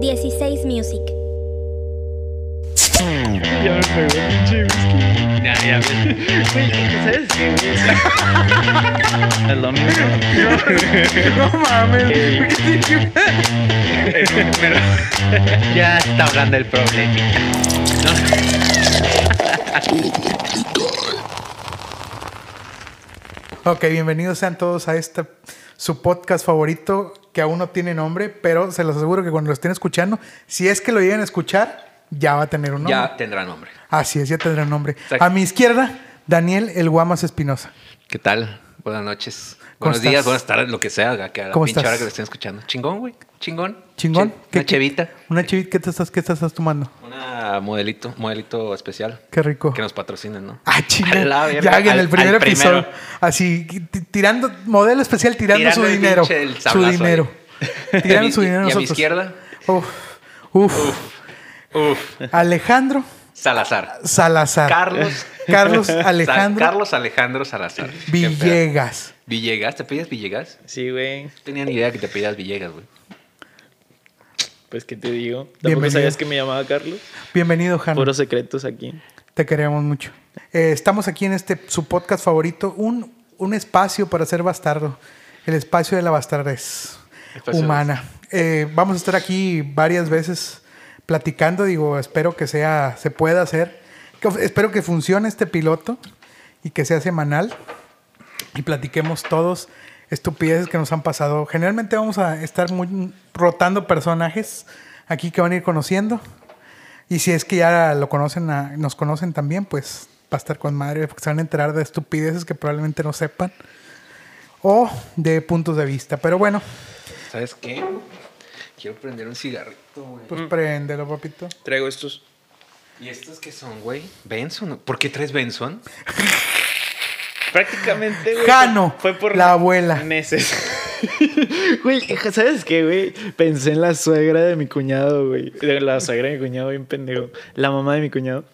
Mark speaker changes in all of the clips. Speaker 1: 16 Music.
Speaker 2: Ya me pegó el pinche whisky. Ya, ya, güey. ¿Sabes qué,
Speaker 3: Es lo mismo.
Speaker 2: güey? No mames. ¿por qué te-
Speaker 3: Pero ya está hablando el problema.
Speaker 4: Ok, bienvenidos sean todos a este su podcast favorito que aún no tiene nombre, pero se los aseguro que cuando lo estén escuchando, si es que lo lleguen a escuchar, ya va a tener un nombre.
Speaker 3: Ya tendrá nombre.
Speaker 4: Así es, ya tendrá un nombre.
Speaker 3: Exacto.
Speaker 4: A mi izquierda, Daniel El Guamas Espinosa.
Speaker 3: ¿Qué tal? Buenas noches.
Speaker 4: ¿Cómo
Speaker 3: Buenos
Speaker 4: estás?
Speaker 3: días, buenas tardes, lo que sea, haga que a la
Speaker 4: ¿Cómo
Speaker 3: pinche
Speaker 4: estás?
Speaker 3: hora que lo estén escuchando. Chingón, güey. Chingón.
Speaker 4: Chingón.
Speaker 3: Chi- Una chevita.
Speaker 4: Una chevita, ¿qué te estás, qué te estás tomando?
Speaker 3: Una modelito, modelito especial.
Speaker 4: Qué rico.
Speaker 3: Que nos patrocinen, ¿no?
Speaker 4: Ah, chinga.
Speaker 3: A la verga,
Speaker 4: Ya en
Speaker 3: al-
Speaker 4: el primer
Speaker 3: al primero.
Speaker 4: episodio. Así, t- tirando, modelo especial tirando,
Speaker 3: Tirando
Speaker 4: su
Speaker 3: el
Speaker 4: dinero.
Speaker 3: pinche- el
Speaker 4: Su
Speaker 3: sablazo
Speaker 4: dinero.
Speaker 3: ahí.
Speaker 4: Tirando
Speaker 3: Y-
Speaker 4: su
Speaker 3: y-
Speaker 4: dinero
Speaker 3: y a mi
Speaker 4: nosotros.
Speaker 3: izquierda.
Speaker 4: Uf, uf.
Speaker 3: Uf.
Speaker 4: Alejandro
Speaker 3: Salazar.
Speaker 4: Salazar.
Speaker 3: Carlos.
Speaker 4: Carlos
Speaker 3: Sa-
Speaker 4: Alejandro
Speaker 3: Carlos Alejandro Salazar. Qué pedo.
Speaker 4: Villegas.
Speaker 3: Villegas. ¿Te pides Villegas?
Speaker 2: Sí, güey.
Speaker 3: No tenía ni idea que te pedías Villegas, güey.
Speaker 2: Pues, ¿qué te digo? Tampoco
Speaker 4: Bienvenido. Ah,
Speaker 2: sabías que me llamaba Carlos.
Speaker 4: Bienvenido, Jano.
Speaker 2: Puros secretos aquí.
Speaker 4: Te queremos mucho. Eh, estamos aquí en este su podcast favorito, un, un espacio para ser bastardo, el espacio de la bastardez
Speaker 3: Espacio
Speaker 4: humana. Eh, vamos a estar aquí varias veces platicando, digo, espero que sea, se pueda hacer, que- espero que funcione este piloto y que sea semanal y platiquemos todos estupideces que nos han pasado. Generalmente vamos a estar muy rotando personajes aquí que van a ir conociendo. Y si es que ya lo conocen, a- nos conocen también, pues va a estar con madre, porque se van a enterar de estupideces que probablemente no sepan. O de puntos de vista. Pero bueno,
Speaker 3: ¿Sabes qué? Quiero prender un cigarrito, güey.
Speaker 4: pues
Speaker 2: Mm.
Speaker 4: préndelo, papito.
Speaker 2: Traigo estos.
Speaker 3: ¿Y estos qué son, güey? ¿Benson? ¿Por qué traes Benson?
Speaker 2: Prácticamente, güey.
Speaker 4: Jano, la abuela.
Speaker 2: Meses. Güey, ¿sabes qué, güey? Pensé en la suegra de mi cuñado, güey. De La suegra de mi cuñado, bien pendejo. La mamá de mi cuñado.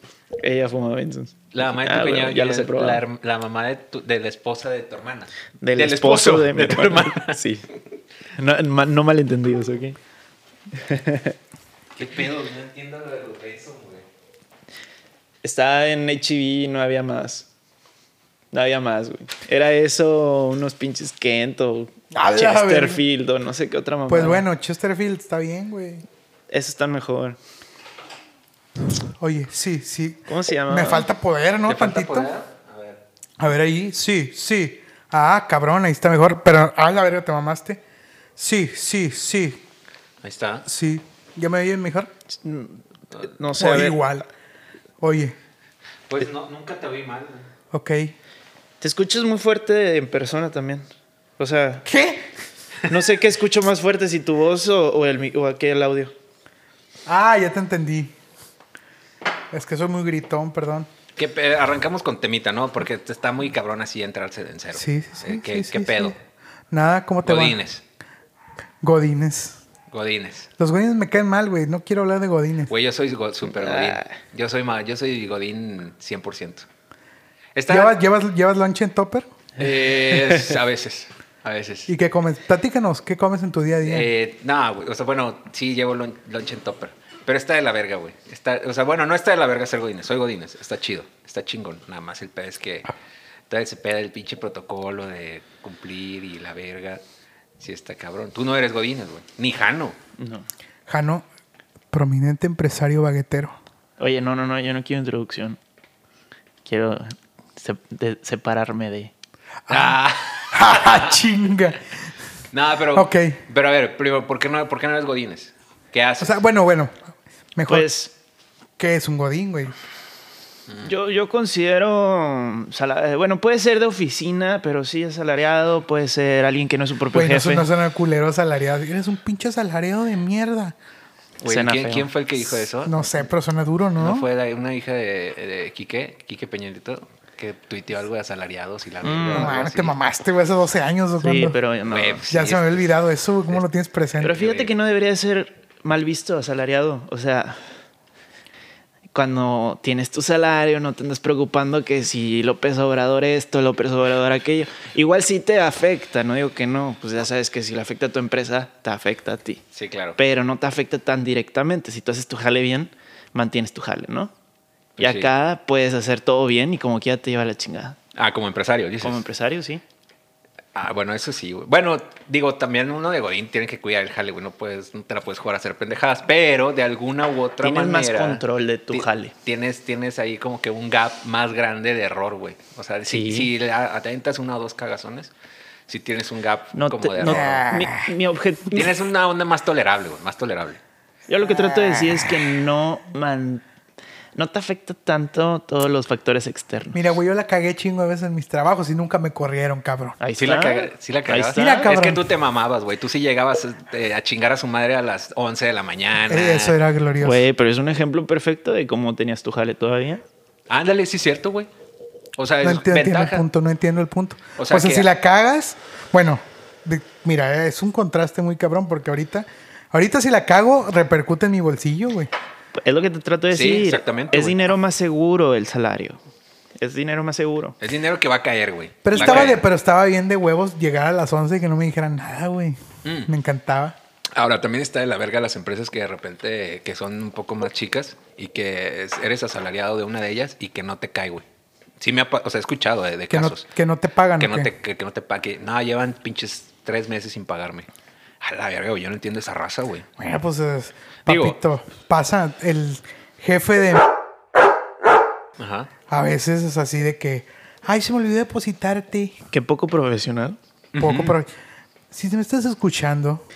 Speaker 2: Ella fumaba Benson's.
Speaker 3: La mamá de tu
Speaker 2: Ah,
Speaker 3: cuñado.
Speaker 2: güey, ya
Speaker 3: y
Speaker 2: los he
Speaker 3: la-
Speaker 2: probado.
Speaker 3: La, herm- la mamá de, tu- de la esposa de tu hermana.
Speaker 2: Del, esposo, de mi
Speaker 3: tu
Speaker 2: hermana.
Speaker 3: hermana.
Speaker 2: Sí. No, ma- no malentendidos, ¿ok?
Speaker 3: ¿Qué pedo? No entiendo lo de los Benson, güey.
Speaker 2: Estaba en HIV y no había más. No había más, güey. Era eso, unos pinches Kent o
Speaker 4: A la
Speaker 2: Chesterfield o no sé qué otra mamá.
Speaker 4: Pues bueno, Chesterfield está bien, güey.
Speaker 2: Eso está mejor.
Speaker 4: Oye, sí, sí.
Speaker 2: ¿Cómo se llama?
Speaker 4: Me falta poder, ¿no?
Speaker 3: ¿Te falta
Speaker 4: Tantito.
Speaker 3: poder? A ver.
Speaker 4: A ver ahí. Sí, sí. Ah, cabrón, ahí está mejor. Pero, ah, la verga, te mamaste. Sí, sí, sí,
Speaker 3: Ahí está.
Speaker 4: sí. ¿Ya me oyen mejor?
Speaker 2: No sé. a
Speaker 4: O
Speaker 2: ver.
Speaker 4: igual. Oye,
Speaker 3: Pues no, nunca te vi mal. güey.
Speaker 4: ok.
Speaker 2: Te escuchas muy fuerte en persona también. O sea,
Speaker 4: ¿Qué?
Speaker 2: no sé qué escucho más fuerte, si tu voz o, o el, mi- o aquel audio.
Speaker 4: Ah, ya te entendí. Es que soy muy gritón, perdón.
Speaker 3: ¿Qué pe- Arrancamos con temita, ¿no? Porque te está muy cabrón así entrarse de en cero.
Speaker 4: Sí, sí, sí.
Speaker 3: Eh, ¿Qué,
Speaker 4: sí,
Speaker 3: qué
Speaker 4: sí,
Speaker 3: pedo?
Speaker 4: sí. Nada, ¿cómo te
Speaker 3: Godines.
Speaker 4: va? Godines.
Speaker 3: Godines.
Speaker 4: Los godines me caen mal, güey. No quiero hablar de godines.
Speaker 3: Güey, yo soy go- super Godín.
Speaker 2: Ah.
Speaker 3: Yo soy, ma- yo soy Godín 100%. Está,
Speaker 4: ¿Llevas, llevas, llevas lunch en topper?
Speaker 3: Eh, a veces. A veces.
Speaker 4: ¿Y qué comes? Platícanos, ¿qué comes en tu día a día?
Speaker 3: Eh, nada, güey. O sea, bueno, sí llevo lon- lunch en topper. Pero está de la verga, güey. Está, o sea, bueno, no está de la verga ser Godines. Soy Godines. Está chido. Está chingón. Nada más el pedo es que todavía se peda el pinche protocolo de cumplir y la verga. Sí está cabrón. Tú no eres Godines, güey. Ni Jano.
Speaker 2: No.
Speaker 4: Jano, prominente empresario baguetero.
Speaker 5: Oye, no, no, no, yo no quiero introducción. Quiero se- de- separarme de...
Speaker 3: Ah.
Speaker 4: ¡Ja, chinga!
Speaker 3: Nada, pero...
Speaker 4: Ok.
Speaker 3: Pero a ver, primero, ¿por qué no, por qué no eres Godines? ¿Qué
Speaker 4: O
Speaker 3: haces?
Speaker 4: sea, bueno, bueno. Mejor.
Speaker 2: Pues
Speaker 4: ¿Qué es un godín, güey?
Speaker 3: Pues,
Speaker 5: Yo, yo considero... sala- eh, Bueno, puede ser de oficina, pero sí asalariado, puede ser alguien que no es su propio
Speaker 4: Güey, no,
Speaker 5: jefe.
Speaker 4: su- no suena culero asalariado. Eres un pinche asalariado de mierda.
Speaker 3: Güey,
Speaker 5: Suena
Speaker 3: ¿quién,
Speaker 5: feo.
Speaker 3: quién fue el que dijo eso?
Speaker 4: No sé, pero suena duro, ¿no?
Speaker 3: ¿No fue la- una hija de, de Quique, Quique Peñalito, que tuiteó algo de asalariados y la verga,
Speaker 4: No,
Speaker 3: algo
Speaker 4: mames,
Speaker 3: así?
Speaker 4: Mm, ah, te mamaste, güey, hace 12 años. ¿o
Speaker 5: Sí,
Speaker 4: cuándo?
Speaker 5: pero no.
Speaker 3: Güey, pues,
Speaker 4: Ya
Speaker 3: sí,
Speaker 4: se me
Speaker 3: es-
Speaker 4: había olvidado eso, güey, ¿cómo lo tienes presente?
Speaker 5: Pero fíjate que no debería ser mal visto asalariado. O sea, cuando tienes tu salario, no te andas preocupando que si López Obrador esto, López Obrador aquello. Igual sí te afecta, no digo que no, pues ya sabes que si le afecta a tu empresa, te afecta a ti.
Speaker 3: Sí, claro.
Speaker 5: Pero no te afecta tan directamente. Si tú haces tu jale bien, mantienes tu jale, ¿no? Y
Speaker 3: Pues sí.
Speaker 5: acá puedes hacer todo bien y como quiera te lleva la chingada.
Speaker 3: Ah, como empresario, dices.
Speaker 5: Como empresario, sí.
Speaker 3: Ah, bueno, eso sí, güey. Bueno, digo, también uno de Godín tiene que cuidar el jale, güey. No, puedes, no te la puedes jugar a hacer pendejadas, pero de alguna u otra
Speaker 5: Tienes más
Speaker 3: manera.
Speaker 5: control de tu
Speaker 3: ti-
Speaker 5: jale.
Speaker 3: Tienes, tienes ahí como que un gap más grande de error, güey. O sea, si,
Speaker 5: Sí.
Speaker 3: si le a- atentas una o dos cagazones, si tienes un gap
Speaker 5: No
Speaker 3: como
Speaker 5: te-
Speaker 3: de
Speaker 5: no- Ah.
Speaker 3: error.
Speaker 4: Ah.
Speaker 5: mi, mi obje-
Speaker 3: Tienes una onda más tolerable, güey. Más tolerable.
Speaker 5: Yo lo que trato de decir es que
Speaker 3: Ah.
Speaker 5: no, man- no te afecta tanto todos los factores externos.
Speaker 4: Mira, güey, yo la cagué chingo de veces en mis trabajos y nunca me corrieron, cabrón.
Speaker 5: Ahí
Speaker 3: Sí
Speaker 5: está.
Speaker 3: la, caga- sí la
Speaker 5: Ahí
Speaker 3: cagabas.
Speaker 5: está.
Speaker 4: Mira, cabrón.
Speaker 3: es que tú te mamabas, güey. Tú sí llegabas eh, a chingar a su madre a las 11 de la mañana.
Speaker 4: Eh, Eso era glorioso.
Speaker 5: Güey, pero es un ejemplo perfecto de cómo tenías tu jale todavía.
Speaker 3: Ándale, sí es cierto, güey. O sea,
Speaker 4: no
Speaker 3: es
Speaker 4: entiendo, entiendo el
Speaker 3: ventaja.
Speaker 4: punto, no entiendo el punto.
Speaker 3: O
Speaker 4: O
Speaker 3: sea
Speaker 4: sea,
Speaker 3: que-
Speaker 4: si la cagas, bueno, de- mira, es un contraste muy cabrón porque ahorita, ahorita si la cago, repercute en mi bolsillo, güey.
Speaker 5: Es lo que te trato de
Speaker 3: Sí,
Speaker 5: decir.
Speaker 3: exactamente,
Speaker 5: Es
Speaker 3: güey.
Speaker 5: dinero más seguro el salario. Es dinero más seguro.
Speaker 3: Es dinero que va a caer, güey.
Speaker 4: Pero
Speaker 3: Va a
Speaker 4: estaba, de,
Speaker 3: caer.
Speaker 4: pero estaba bien de huevos llegar a las 11 y que no me dijeran nada, güey.
Speaker 3: Mm.
Speaker 4: Me encantaba.
Speaker 3: Ahora, también está de la verga las empresas que de repente eh, que son un poco más chicas y que es- eres asalariado de una de ellas y que no te cae, güey. Sí me ha, pa- o sea, he escuchado de, de
Speaker 4: Que no,
Speaker 3: casos.
Speaker 4: que no te pagan.
Speaker 3: que
Speaker 4: ¿o
Speaker 3: no
Speaker 4: qué?
Speaker 3: te que, que no te pague. No, llevan pinches tres meses sin pagarme. A la verga, güey. Yo no entiendo esa raza, güey.
Speaker 4: Bueno, pues es-
Speaker 3: Digo-
Speaker 4: papito, pasa el jefe de
Speaker 3: Ajá.
Speaker 4: a veces es así de que ay se me olvidó depositarte.
Speaker 5: Qué poco profesional.
Speaker 4: Poco, pero si me estás escuchando,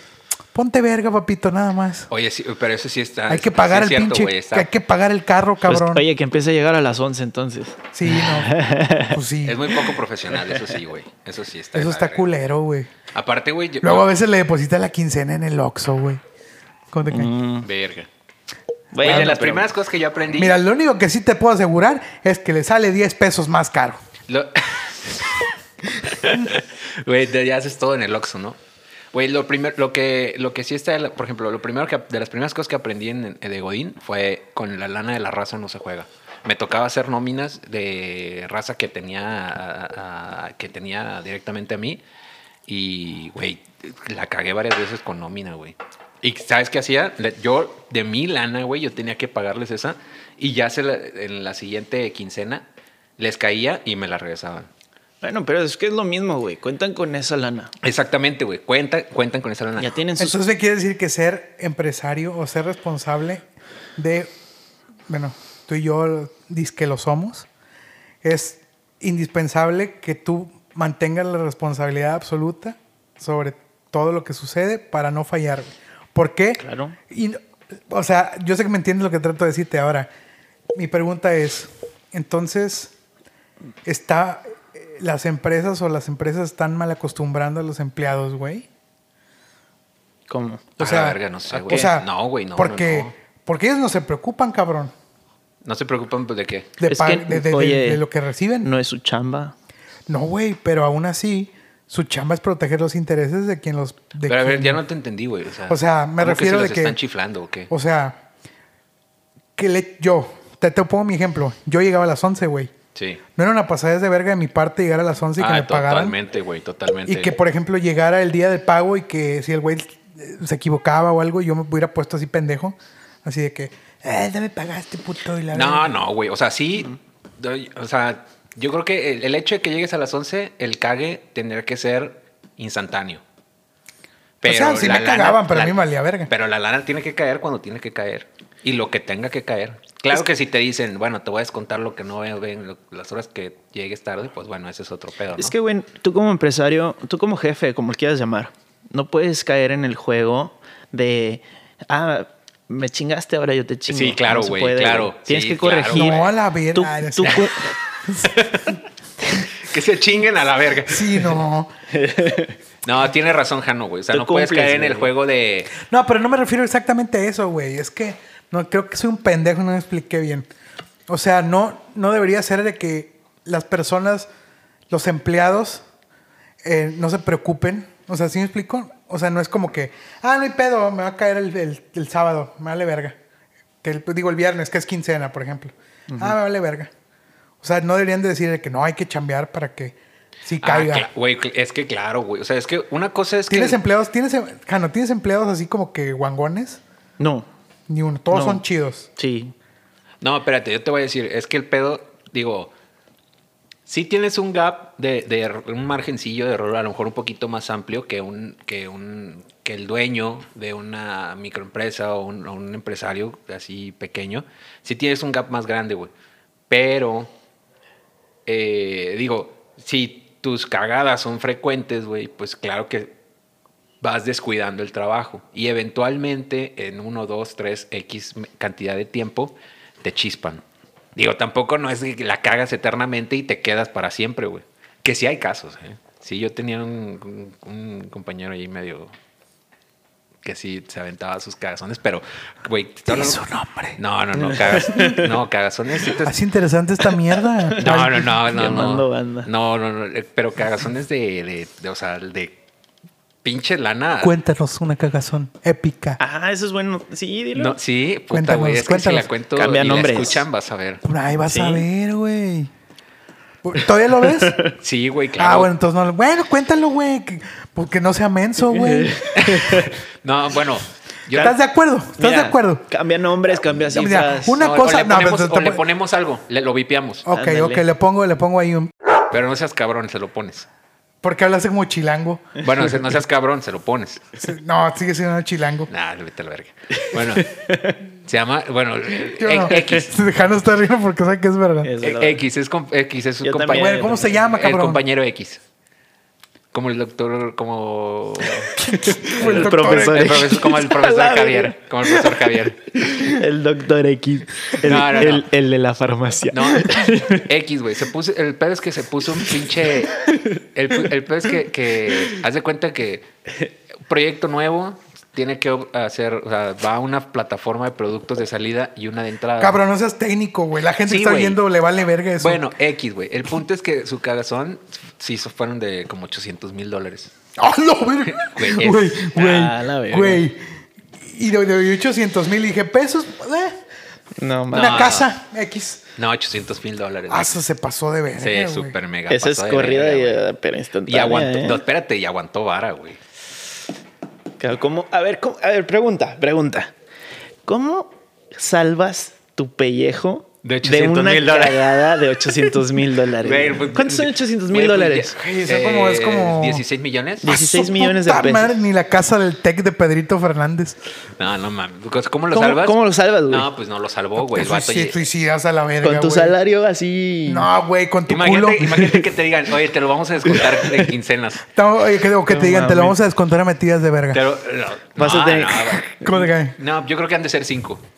Speaker 4: ponte verga, papito, nada más.
Speaker 3: Oye, sí, pero eso sí está.
Speaker 4: hay que
Speaker 3: Ah, sí
Speaker 4: pagar
Speaker 3: es
Speaker 4: el
Speaker 3: cierto,
Speaker 4: pinche,
Speaker 3: güey, está-
Speaker 4: que hay que pagar el carro,
Speaker 5: Pues,
Speaker 4: cabrón.
Speaker 5: oye, que empiece a llegar a las 11 entonces.
Speaker 4: sí, no. Pues sí.
Speaker 3: Es muy poco profesional, eso sí, güey. Eso sí está. de
Speaker 4: Eso
Speaker 3: la
Speaker 4: está
Speaker 3: verga.
Speaker 4: culero, güey.
Speaker 3: Aparte, güey. yo-
Speaker 4: Luego a veces le deposita la quincena en el Oxxo, güey. ¿Cómo te cae?
Speaker 5: Mm.
Speaker 3: Mm. Verga.
Speaker 5: Bueno,
Speaker 3: Güey, de las
Speaker 5: pero-
Speaker 3: primeras cosas que yo aprendí.
Speaker 4: Mira, lo único que sí te puedo asegurar es que le sale 10 pesos más caro.
Speaker 3: Lo- Güey, te- ya haces todo en el Oxxo, ¿no? Güey, lo primero, lo que, lo que sí está, de la- por ejemplo, lo primero que, de las primeras cosas que aprendí en, en- de Godín fue con la lana de la raza no se juega. Me tocaba hacer nóminas de raza que tenía, a- a- que tenía directamente a mí y, güey, la cagué varias veces con nómina, güey. Y ¿sabes qué hacía? Le- Yo, de mi lana, güey, yo tenía que pagarles esa y ya se la- en la siguiente quincena les caía y me la regresaban.
Speaker 5: Bueno, pero es que es lo mismo, güey. Cuentan con esa lana.
Speaker 3: Exactamente, güey. Cuenta, cuentan con esa lana.
Speaker 5: Ya tienen sus...
Speaker 4: Entonces quiere decir que ser empresario o ser responsable de, bueno, tú y yo que lo somos, es indispensable que tú mantengas la responsabilidad absoluta sobre todo lo que sucede para no fallar. güey. ¿Por qué?
Speaker 5: Claro.
Speaker 4: Y, o sea, yo sé que me entiendes lo que trato de decirte ahora. Mi pregunta es, entonces, ¿está eh, las empresas o las empresas están mal acostumbrando a los empleados, güey?
Speaker 5: ¿Cómo?
Speaker 3: A la verga, no sé,
Speaker 4: ¿a
Speaker 3: güey.
Speaker 4: qué?
Speaker 3: No, güey, no,
Speaker 4: Porque,
Speaker 3: no, no.
Speaker 4: porque ellos no se preocupan, cabrón,
Speaker 3: No se preocupan pues, de qué.
Speaker 4: de,
Speaker 5: Es
Speaker 4: pa-
Speaker 5: que,
Speaker 4: de- de- de-
Speaker 5: oye,
Speaker 4: de lo que reciben.
Speaker 5: No es su chamba.
Speaker 4: No, güey, pero aún así, su chamba es proteger los intereses de quien los... de
Speaker 3: Pero a ver,
Speaker 4: quien-
Speaker 3: ya no te entendí, güey. O sea,
Speaker 4: O sea, me
Speaker 3: ¿cómo que
Speaker 4: refiero
Speaker 3: si
Speaker 4: de
Speaker 3: los
Speaker 4: que-
Speaker 3: están chiflando o qué?
Speaker 4: O sea, que le, yo, te, te pongo mi ejemplo. Yo llegaba a las 11, güey.
Speaker 3: Sí.
Speaker 4: No era una pasada de verga de mi parte llegar a las 11 y que
Speaker 3: ah,
Speaker 4: me pagaran.
Speaker 3: totalmente, güey, totalmente.
Speaker 4: Y que, por ejemplo, llegara el día del pago y que si el güey eh, se equivocaba o algo, yo me hubiera puesto así pendejo. Así de que, eh, no me pagaste, puto. Y la
Speaker 3: No,
Speaker 4: verga".
Speaker 3: no, güey. O sea, sí. doy- O sea, yo creo que el, el hecho de que llegues a las 11, el cague tendría que ser instantáneo.
Speaker 4: sea, sí
Speaker 3: la
Speaker 4: me cagaban, pero a mí me valía verga.
Speaker 3: Pero la lana tiene que caer cuando tiene que caer. Y lo que tenga que caer. Claro que si te dicen, bueno, te voy a descontar lo que no veas, ven, lo- las horas que llegues tarde, pues bueno, ese es otro pedo. ¿no?
Speaker 5: Es que, güey, tú como empresario, tú como jefe, como le quieras llamar, no puedes caer en el juego de, ah, me chingaste, ahora yo te chingo.
Speaker 3: Sí, claro,
Speaker 5: No se
Speaker 3: güey,
Speaker 5: puede,
Speaker 3: claro.
Speaker 5: Tienes
Speaker 3: Sí,
Speaker 5: que
Speaker 3: claro,
Speaker 5: corregir.
Speaker 4: No, a la verga.
Speaker 5: Tú-
Speaker 4: Ah, eres-
Speaker 5: tú cu-
Speaker 3: Que se chinguen a la verga.
Speaker 4: Sí, no.
Speaker 3: No, tienes razón, Jano, güey. O sea,
Speaker 5: Tú
Speaker 3: no puedes
Speaker 5: cumples,
Speaker 3: caer en el
Speaker 5: güey.
Speaker 3: juego de.
Speaker 4: No, pero no me refiero exactamente a eso, güey. Es que no creo que soy un pendejo, no me expliqué bien. O sea, no, no debería ser de que las personas, los empleados, eh, no se preocupen. O sea, ¿sí me explico? O sea, no es como que, ah, no hay pedo, me va a caer el, el- el sábado, me vale verga. Que el- digo, el viernes, que es quincena, por ejemplo. Ah, me vale verga. O sea, no deberían de decir de que no hay que chambear para que sí
Speaker 3: Ah,
Speaker 4: caiga.
Speaker 3: cla- Güey, cl- es que claro, güey. O sea, es que una cosa es que.
Speaker 4: ¿Tienes empleados? ¿Tienes, em- Jano, ¿tienes empleados así como que guangones?
Speaker 5: No.
Speaker 4: Ni uno. Todos
Speaker 5: No.
Speaker 4: son chidos.
Speaker 5: Sí.
Speaker 3: No, espérate, yo te voy a decir, es que el pedo, digo, sí tienes un gap de, de er- un margencillo de error a lo mejor un poquito más amplio que un que un que el dueño de una microempresa o un, o un empresario así pequeño, sí tienes un gap más grande, güey. Pero eh, digo, si tus cagadas son frecuentes, güey, pues claro que vas descuidando el trabajo y eventualmente en 1, 2, 3, X me- cantidad de tiempo te chispan. Digo, tampoco no es que la cagas eternamente y te quedas para siempre, güey. Que sí hay casos, ¿eh? Sí, yo tenía un, un- un compañero ahí medio que sí se aventaba sus cagazones, pero, güey...
Speaker 4: Di su nombre.
Speaker 3: No, no, no, cagas, no, cagazones. sí te-
Speaker 4: Es interesante esta mierda.
Speaker 3: no, no, no, no.
Speaker 5: Llamando
Speaker 3: No,
Speaker 5: banda.
Speaker 3: no, no, no, eh, pero cagazones de, de, de, o sea, de pinche lana.
Speaker 4: Cuéntanos una cagazón épica.
Speaker 5: Ah, eso es bueno. Sí, dilo.
Speaker 3: No, sí, puta,
Speaker 4: Cuéntanos,
Speaker 3: güey, es que si
Speaker 4: cuéntanos.
Speaker 3: la cuento
Speaker 5: Cambia
Speaker 3: y
Speaker 5: nombres.
Speaker 3: la escuchan, vas a ver.
Speaker 4: Por ahí vas
Speaker 5: Sí.
Speaker 4: a ver, güey. ¿Todavía lo ves?
Speaker 3: Sí, güey, claro.
Speaker 4: Ah, bueno, entonces no. lo- Bueno, cuéntalo, güey. que- Porque no sea menso, güey.
Speaker 3: No, bueno. yo-
Speaker 4: ¿Estás de acuerdo? ¿Estás
Speaker 5: Mira,
Speaker 4: de acuerdo?
Speaker 5: Cambia nombres, cambia
Speaker 4: Ya,
Speaker 5: cifras.
Speaker 4: mira, una-
Speaker 3: no,
Speaker 4: cosa-
Speaker 3: O le
Speaker 4: no, pues, Oh.
Speaker 3: ponemos,
Speaker 4: pero-
Speaker 3: o le ponemos algo, le- lo vipiamos.
Speaker 4: Ok,
Speaker 5: ándale.
Speaker 4: ok, le pongo, le pongo ahí un.
Speaker 3: Pero no seas cabrón, se lo pones.
Speaker 4: Porque hablaste como chilango.
Speaker 3: Bueno, o sea, no seas cabrón, se lo pones.
Speaker 4: No, sigue siendo chilango.
Speaker 3: Nah, vete a la verga. Bueno, se llama, bueno,
Speaker 4: Yo
Speaker 3: eh,
Speaker 4: no.
Speaker 3: X.
Speaker 4: Dejando estar riendo porque sabe que es verdad.
Speaker 5: Es
Speaker 3: Eh,
Speaker 5: verdad.
Speaker 3: X es, com- X es un
Speaker 5: Yo también.
Speaker 3: compañero.
Speaker 4: Bueno, ¿cómo se llama,
Speaker 3: El
Speaker 4: cabrón?
Speaker 3: compañero X. Como el doctor, como.
Speaker 4: Fue el
Speaker 5: el
Speaker 4: doctor.
Speaker 5: profesor.
Speaker 3: el profesor, como el
Speaker 5: A la
Speaker 3: profesor
Speaker 5: verga.
Speaker 3: Javier. Como el profesor Javier.
Speaker 5: El doctor X. El,
Speaker 3: No, no, no.
Speaker 5: el- el de la farmacia.
Speaker 3: No, X, güey. Se puso, el pedo es que se puso un pinche. El, pu- el pedo es que, que haz de cuenta que un proyecto nuevo tiene que hacer, o sea, va a una plataforma de productos de salida y una de entrada.
Speaker 4: Cabrón, no seas técnico, güey. La gente
Speaker 3: Sí,
Speaker 4: que está
Speaker 3: güey.
Speaker 4: viendo le vale verga eso.
Speaker 3: Bueno, X, güey. El punto es que su cagazón sí so- fueron de como 800 mil dólares.
Speaker 4: ¡Ah, no, güey!
Speaker 3: Güey, es-
Speaker 4: Güey,
Speaker 5: Ah, la
Speaker 4: güey.
Speaker 5: verga.
Speaker 4: Güey. Y de, de 800 mil dije, pesos, eh,
Speaker 5: No, mames.
Speaker 4: una
Speaker 3: no.
Speaker 4: casa X.
Speaker 3: No, 800 mil dólares.
Speaker 4: Ah, eso se pasó de verga.
Speaker 3: Sí,
Speaker 4: güey.
Speaker 3: súper mega.
Speaker 5: Esa es
Speaker 3: pasó de
Speaker 5: corrida
Speaker 3: verga,
Speaker 5: y,
Speaker 3: güey.
Speaker 5: eh, pero
Speaker 3: Y
Speaker 5: instantánea.
Speaker 3: aguantó,
Speaker 5: ¿eh?
Speaker 3: no, espérate, y aguantó vara, güey.
Speaker 5: Claro, ¿cómo? A ver, ¿cómo? a ver, pregunta, pregunta. ¿Cómo salvas tu pellejo
Speaker 3: De 800,000
Speaker 5: una
Speaker 3: dólares?
Speaker 5: cagada de 800 mil dólares?
Speaker 3: Güey, pues,
Speaker 5: ¿Cuántos son 800
Speaker 3: güey, pues,
Speaker 5: mil dólares?
Speaker 3: ya-
Speaker 4: Güey, son como- es como-
Speaker 3: 16 eh, millones.
Speaker 4: A su
Speaker 5: 16
Speaker 4: puta
Speaker 5: millones de pesos.
Speaker 4: madre, ni la casa del tech de Pedrito Fernández.
Speaker 3: No, no mames. ¿Cómo lo
Speaker 5: ¿Cómo-
Speaker 3: salvas?
Speaker 5: cómo lo salvas, güey?
Speaker 3: No, pues no lo salvó, güey. El
Speaker 4: Te
Speaker 3: vato.
Speaker 4: suicid- suicidas a la verga.
Speaker 5: Con tu
Speaker 4: güey.
Speaker 5: salario así.
Speaker 4: No, güey, con tu culo.
Speaker 3: Imagínate, imagínate que te digan, oye, te lo vamos a descontar de quincenas.
Speaker 4: No, oye, que, o que te
Speaker 5: No
Speaker 4: digan, te lo
Speaker 5: mames.
Speaker 4: vamos a descontar a metidas de verga.
Speaker 3: Pero, no,
Speaker 5: Vas
Speaker 3: no,
Speaker 5: a tener-
Speaker 3: no, güey.
Speaker 4: ¿Cómo te cae?
Speaker 3: No, yo creo que han de ser cinco.